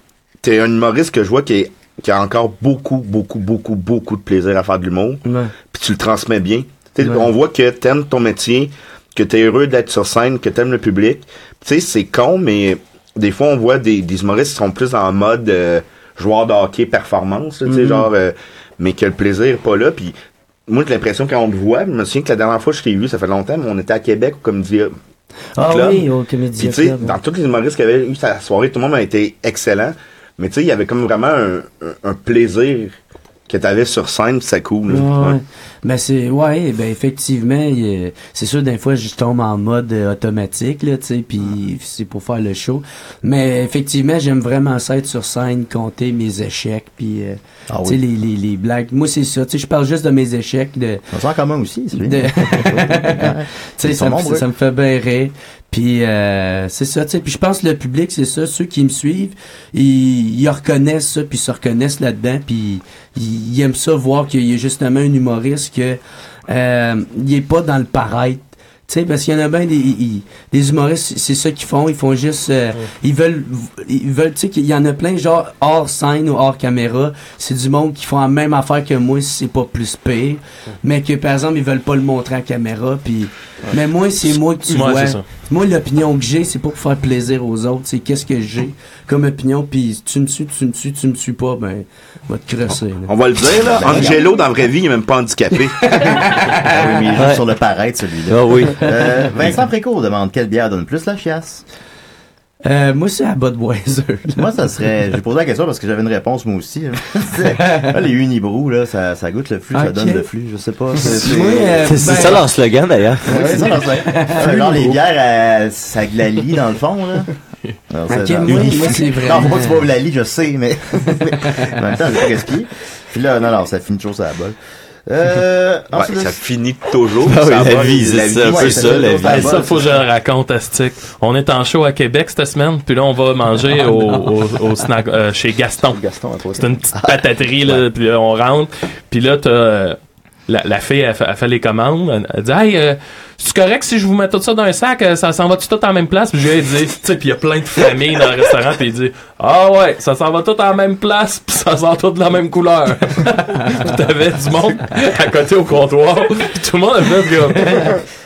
t'es un humoriste que je vois qui, est- qui a encore beaucoup, beaucoup, beaucoup, beaucoup de plaisir à faire de l'humour. Ouais. puis tu le transmets bien. Tu sais, Ouais. On voit que t'aimes ton métier, que t'es heureux d'être sur scène, que t'aimes le public. Tu sais, c'est con, mais des fois, on voit des, des humoristes qui sont plus en mode euh, joueur de hockey performance, là, tu sais, Mm-hmm. genre, euh, mais que le plaisir est pas là, puis moi, j'ai l'impression quand on le voit, je me souviens que la dernière fois que je t'ai vu, ça fait longtemps, mais on était à Québec, comme dire, Ah Club. oui, au puis comédien tu sais, club. dans tous les humoristes qui avaient eu sa soirée, tout le monde a été excellent. Mais tu sais, il y avait comme vraiment un, un- un plaisir que t'avais sur scène, c'est cool. là. Ouais. Ouais. Ben c'est ouais, ben effectivement, il, euh, c'est sûr des fois je tombe en mode euh, automatique là, tu sais, puis c'est pour faire le show. Mais effectivement, j'aime vraiment ça être sur scène, compter mes échecs puis euh, Ah tu sais oui. les, les les blagues. Moi c'est ça, tu sais je parle juste de mes échecs de On sent comment aussi, celui de- Ouais. Tu sais, Ils sont ça, me- nombreux. ça me fait bien rire. Puis euh, c'est ça, tu sais. Puis je pense que le public, c'est ça. Ceux qui me suivent, ils, ils reconnaissent ça, puis ils se reconnaissent là-dedans. Puis ils, ils aiment ça voir qu'il y a justement un humoriste que euh, il est pas dans le paraître. Tu sais, parce qu'il y en a bien des, ils- des humoristes, c'est ça qu'ils font. Ils font juste, euh, ils veulent, ils veulent, tu sais, qu'il y en a plein, genre hors scène ou hors caméra. C'est du monde qui font la même affaire que moi, si c'est pas plus pire. Mais que par exemple, ils veulent pas le montrer à caméra. Puis, mais moi, c'est moi que tu Ouais, vois. c'est ça. Moi, l'opinion que j'ai, c'est pas pour faire plaisir aux autres. C'est qu'est-ce que j'ai comme opinion. Puis, tu me suis, tu me suis, tu me suis pas, ben, va te crosser. là. On va le dire, là, Ben, Angelo, dans la vraie vie, il est même pas handicapé. Ah oui, mais il joue Ouais. sur le paraître, celui-là. Ah oui. Euh, Vincent Précourt demande quelle bière donne plus la chiasse. Euh, moi, c'est à Budweiser. là. Moi, ça serait. J'ai posé la question parce que j'avais une réponse moi aussi. <laughs> hein. Ah, les unibrous, là, ça, ça goûte le flux, ça Ok. donne le flux, je sais pas. C'est <laughs> c'est- Moi, euh, C'est c'est ben, ça leur slogan d'ailleurs. Ouais, c'est ça, parce que- Ah, genre les bières, euh, ça glalie dans le fond, là. Alors, Ok, dans- moi, moi, c'est vrai. Non, moi, tu vois, la lit, je sais, mais. <laughs> en même temps, j'ai pas gaspillé. Puis là, non, non, ça finit toujours sur la bolle. Euh, Ouais, ensuite, ça là, finit toujours. Ah oui, ça la va, vie, la c'est ça, un ouais, peu ça ça, fait la longtemps. vie. Hey, ça, faut que je le raconte à Stick. On est en show à Québec cette semaine, puis là, on va manger au, au, au snack, euh, chez Gaston. Gaston, à toi. C'est une petite pataterie, là, puis là, on rentre. Puis là, t'as... euh, La, la fille, elle, fait- elle fait les commandes. Elle, elle dit Hey, euh, c'est correct si je vous mets tout ça dans un sac, euh, ça s'en va-tu tout en même place? Puis je lui ai dit, tu sais, puis il y a plein de familles dans le restaurant, puis il dit Ah ouais, ça s'en va tout en même place, puis ça sort tout de la même couleur. <laughs> Puis t'avais du monde à côté au comptoir, puis tout le monde a fait comme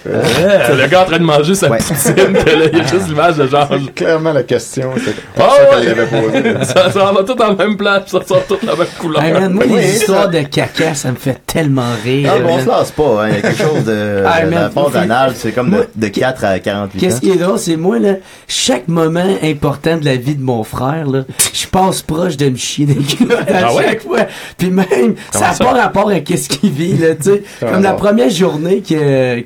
Euh, Le gars en train de manger sa Ouais. piscine, puis là, il y a juste l'image de genre C'est clairement la question. C'est Ah ça qu'elle ouais. l'avait posée. ça s'en va tout en même place, puis ça sort tout de la même couleur. Hey, man, moi, Oui, les ça- histoires de caca, ça me fait tellement rire. Ah, bon, on man. se lasse pas, hein. Il y a quelque chose <laughs> de, Ah, de- man, la base faut- anale, c'est comme de, Moi, de 4 à 48 ans. Qu'est-ce qui est drôle, c'est moi, là, chaque moment important de la vie de mon frère, là, je passe proche de me chier des culottes à Ah ouais? chaque fois. Puis même, ça n'a ça? Ah pas rapport à qu'est-ce qu'il vit, là, tu sais. Comme la première journée qui,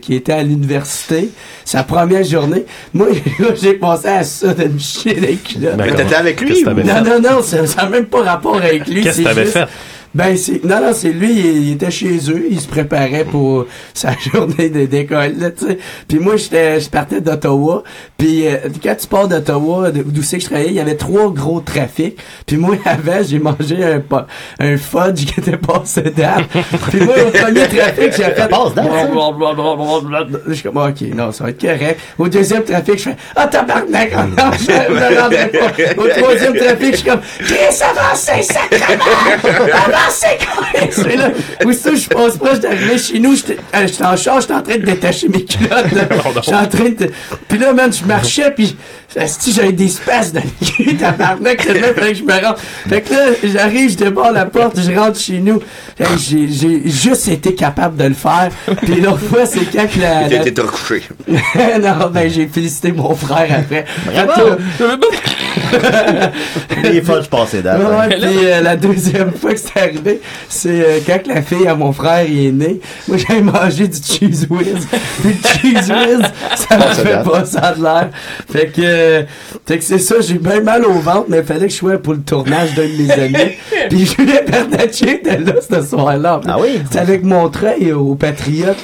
qui était à l'université, sa première journée, moi, <laughs> j'ai pensé à ça de me chier des culottes. Ben, Mais comment- t'étais avec lui? qu'est-ce que ou- t'avais Non, non, non, ça ça n'a même pas rapport avec lui. Qu'est-ce c'est que t'avais juste- fait? Ben, c'est, non, non, c'est lui, il, il était chez eux, il se préparait pour sa <laughs> journée de- d'école, là, tu sais. Puis moi, j'étais, je partais d'Ottawa, puis euh, quand tu pars d'Ottawa, de- d'où c'est que je travaillais, il y avait trois gros trafics, puis moi, <laughs> avant, j'ai mangé un, pa- un fudge qui était <laughs> passé d'âme, puis moi, au premier trafic, j'ai fait... Passe date, ça? Je suis comme, ok, non, ça va être correct. Au deuxième trafic, je fais, ah, tabarnak, <laughs> oh, non, je me rendrai pas. Au troisième trafic, je suis comme, Chris, avancez, sacrement! Avancez, Chris! Mais là, aussitôt que je passe proche d'arriver chez nous, j'étais euh, j'étais en charge, j'étais en train de détacher mes culottes, là. J'étais en train de, puis là, man, je marchais, puis, asti, j'avais des spaces dans le cul, tabarnak, tellement, fallait que je me rende. Fait que là, j'arrive, je débarre la porte, je rentre chez nous. Hey, j'ai- J'ai juste été capable de le faire. Puis l'autre fois, c'est quand que la... la- T'étais te recouché. Ah, <laughs> non, ben j'ai félicité mon frère après. Bravo! Les fudge passé date. hein. Ouais, puis euh, la deuxième fois que c'est arrivé, c'est euh, quand que la fille à mon frère il est née. Moi, j'avais mangé du cheese whiz. <laughs> Puis le cheese whiz, ça me fait pas ça de l'air. Fait que, euh, fait que c'est ça, j'ai bien mal au ventre, mais il fallait que je sois pour le tournage d'un de mes amis. Puis Julien Bernatchez était là ce soir-là. Ah oui? C'était avec mon train au Patriote.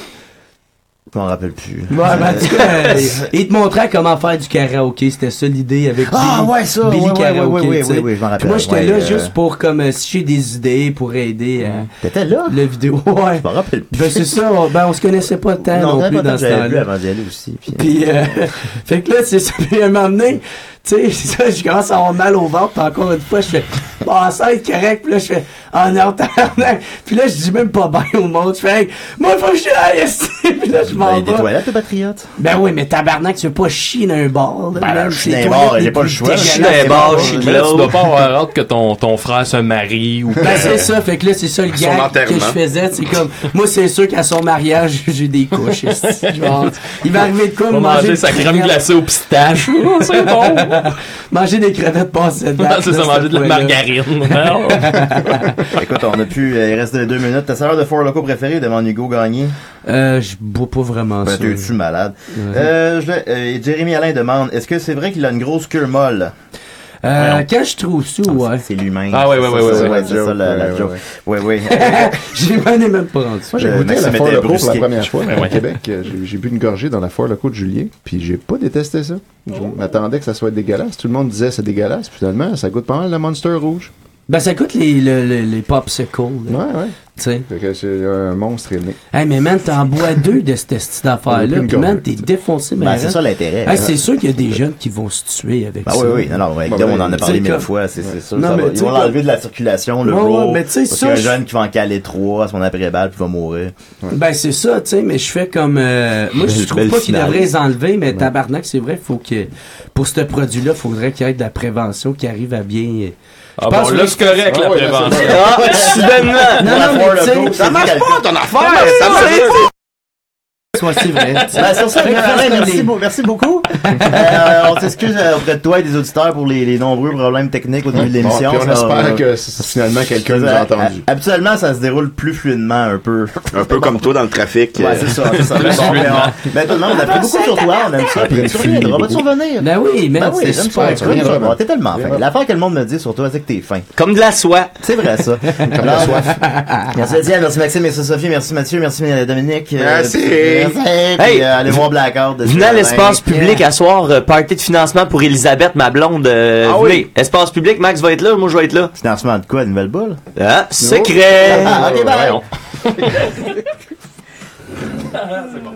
Je m'en rappelle plus. Ouais, ben, en tout cas, euh, il te montrait comment faire du karaoké. C'était ça l'idée avec Ah, Billy, ouais, ça, Billy ouais, ouais, Karaoké. ouais, ouais, tu sais. ouais, ouais, je m'en rappelle, Puis moi, j'étais ouais, là euh, juste pour comme euh, si j'ai des idées pour aider euh, T'étais là? le <laughs> vidéo. Ouais. Je m'en rappelle plus. Ben c'est ça. On, ben on se connaissait pas tant non, t'avais plus pas dans tant, ce j'avais plus temps-là. avant d'y aller aussi. puis- Puis, euh, <laughs> fait que là, c'est ça. Puis, à un moment donné, tu sais, <laughs> c'est ça, je commence à avoir mal au ventre. Puis, encore une fois, je fais, bon, ça va être correct. Puis là, je fais, ah non, <laughs> tabarnak. Puis là, je dis même pas bien au monde. Je fais, hey, moi, faut que je suis là, esti. Puis là, je Ben, m'en il y a des vais. toilettes, le <laughs> patriote? Ben oui, mais tabarnak, tu veux pas chier dans un bar, là. Ben, Même je si suis dans les un bar, toilettes j'ai les pas le plus choix. Je suis dans dégueulasses. les bars, je suis Mais là, tu dois close. pas avoir hâte que ton, ton frère se marie ou Ben, c'est ça, fait que là, c'est ça le gag que enterrement. je faisais. C'est comme, moi, c'est sûr qu'à son mariage, <laughs> j'ai des <laughs> couches. esti. Genre, il va arriver de quoi va manger sa crème glacée au pistache. Oh, c'est bon. manger des crevettes passer <laughs> Non, c'est ça, manger de la margarine. Ah Ben, Écoute, on a pu. euh, Il reste deux minutes. Ta saveur de four locaux préférée devant Hugo Gagné? Euh, je bois pas vraiment Ben, ça. T'es-tu malade? Ouais. Euh, je- euh, Jérémy Alain demande, est-ce que c'est vrai qu'il a une grosse queue molle? Euh, quand je trouve ça, ouais. C'est l'humain. Ah, ouais, ouais, ouais, ouais, C'est ça, ouais. C'est ça, la, la Ouais, joke. ouais, Ouais, ouais. <laughs> J'ai même même pas rendu ça. Moi, j'ai Euh, goûté à Maxime la foire était locaux pour la brusqué. première fois Ouais, au ouais. Québec. euh, J'ai j'ai bu une gorgée dans la foire locaux de Julien, puis j'ai pas détesté ça. Je m'attendais que ça soit dégueulasse. Tout le monde disait c'est dégueulasse. puis Finalement, ça goûte pas mal le Monster Rouge. Ben, ça coûte les, le- le- les popsicles, Ouais, là, ouais. tu sais. Fait que c'est un monstre est né. Hey, mais man, t'en bois deux de cette petite On a affaire-là, plus puis une man, gorgée, t'es défoncé, Ah, Ben, mais c'est ça l'intérêt. Hey, c'est sûr qu'il y a des jeunes qui vont se tuer avec Ben ça. oui, oui, non, non, ouais, Bah, Guillaume, ben, on en a parlé tu sais, mille comme- fois, c'est c'est sûr. Non, ça mais va- tu Ils sais, vont comme- l'enlever de la circulation le Ouais, jour. ouais, mais tu sais, parce ça, qu'il y a un je- jeune qui va en caler trois à son après-balle puis va mourir. Ben c'est ça, tu sais, mais je fais comme euh, moi je Belle- trouve belle pas qu'ils finale. devraient les enlever, mais tabarnak, c'est vrai, faut que pour ce produit-là, faudrait qu'il y ait de la prévention qui arrive à bien. euh, Ah pense bon, là, que- c'est correct, la Ah ouais, là, prévention. Ah, soudainement! Non, non, mais tu sais, Ça marche pas ton affaire! Ça hein? marche soit c'est vrai. tu sais. Ben, sur ça, Fait que Alain, reste merci, les- beau- merci beaucoup. Euh, on s'excuse euh, auprès de toi et des auditeurs pour les, les nombreux problèmes techniques au début de Bon, l'émission. Ah, puis on Ça, espère euh, que c- finalement quelqu'un nous a ça, entendu. a- Habituellement, ça se déroule plus fluidement un peu. Un peu comme toi dans le trafic. euh. Ouais, c'est ça, c'est ça. Bon, mais on- ben, tout le monde, on a pris beaucoup sur toi, on aime ça, puis tu reviendras, va-tu <laughs> revenir? Ben oui, mais Ben oui, c'est j'aime super. ça, tu reviendras. cool. Bon, T'es tellement fin. Vraiment. L'affaire que le monde me dit sur toi, c'est que t'es fin. Comme de la soie. C'est <laughs> vrai, ça. Comme la Alors, soif. <laughs> Merci Étienne, merci Maxime, merci Sophie, merci Mathieu, merci euh, Dominique. euh, Merci. Merci. Hey. Puis, euh, allez voir Blackout. de Venez à Sylvain. l'espace public à soir, euh, party de financement pour Elisabeth, ma blonde. euh, Ah oui. venez. Espace public, Max va être là, moi je vais être là. Financement de quoi, une nouvelle boule? Ah, <laughs> secret! Ah, ok, bye. Voyons.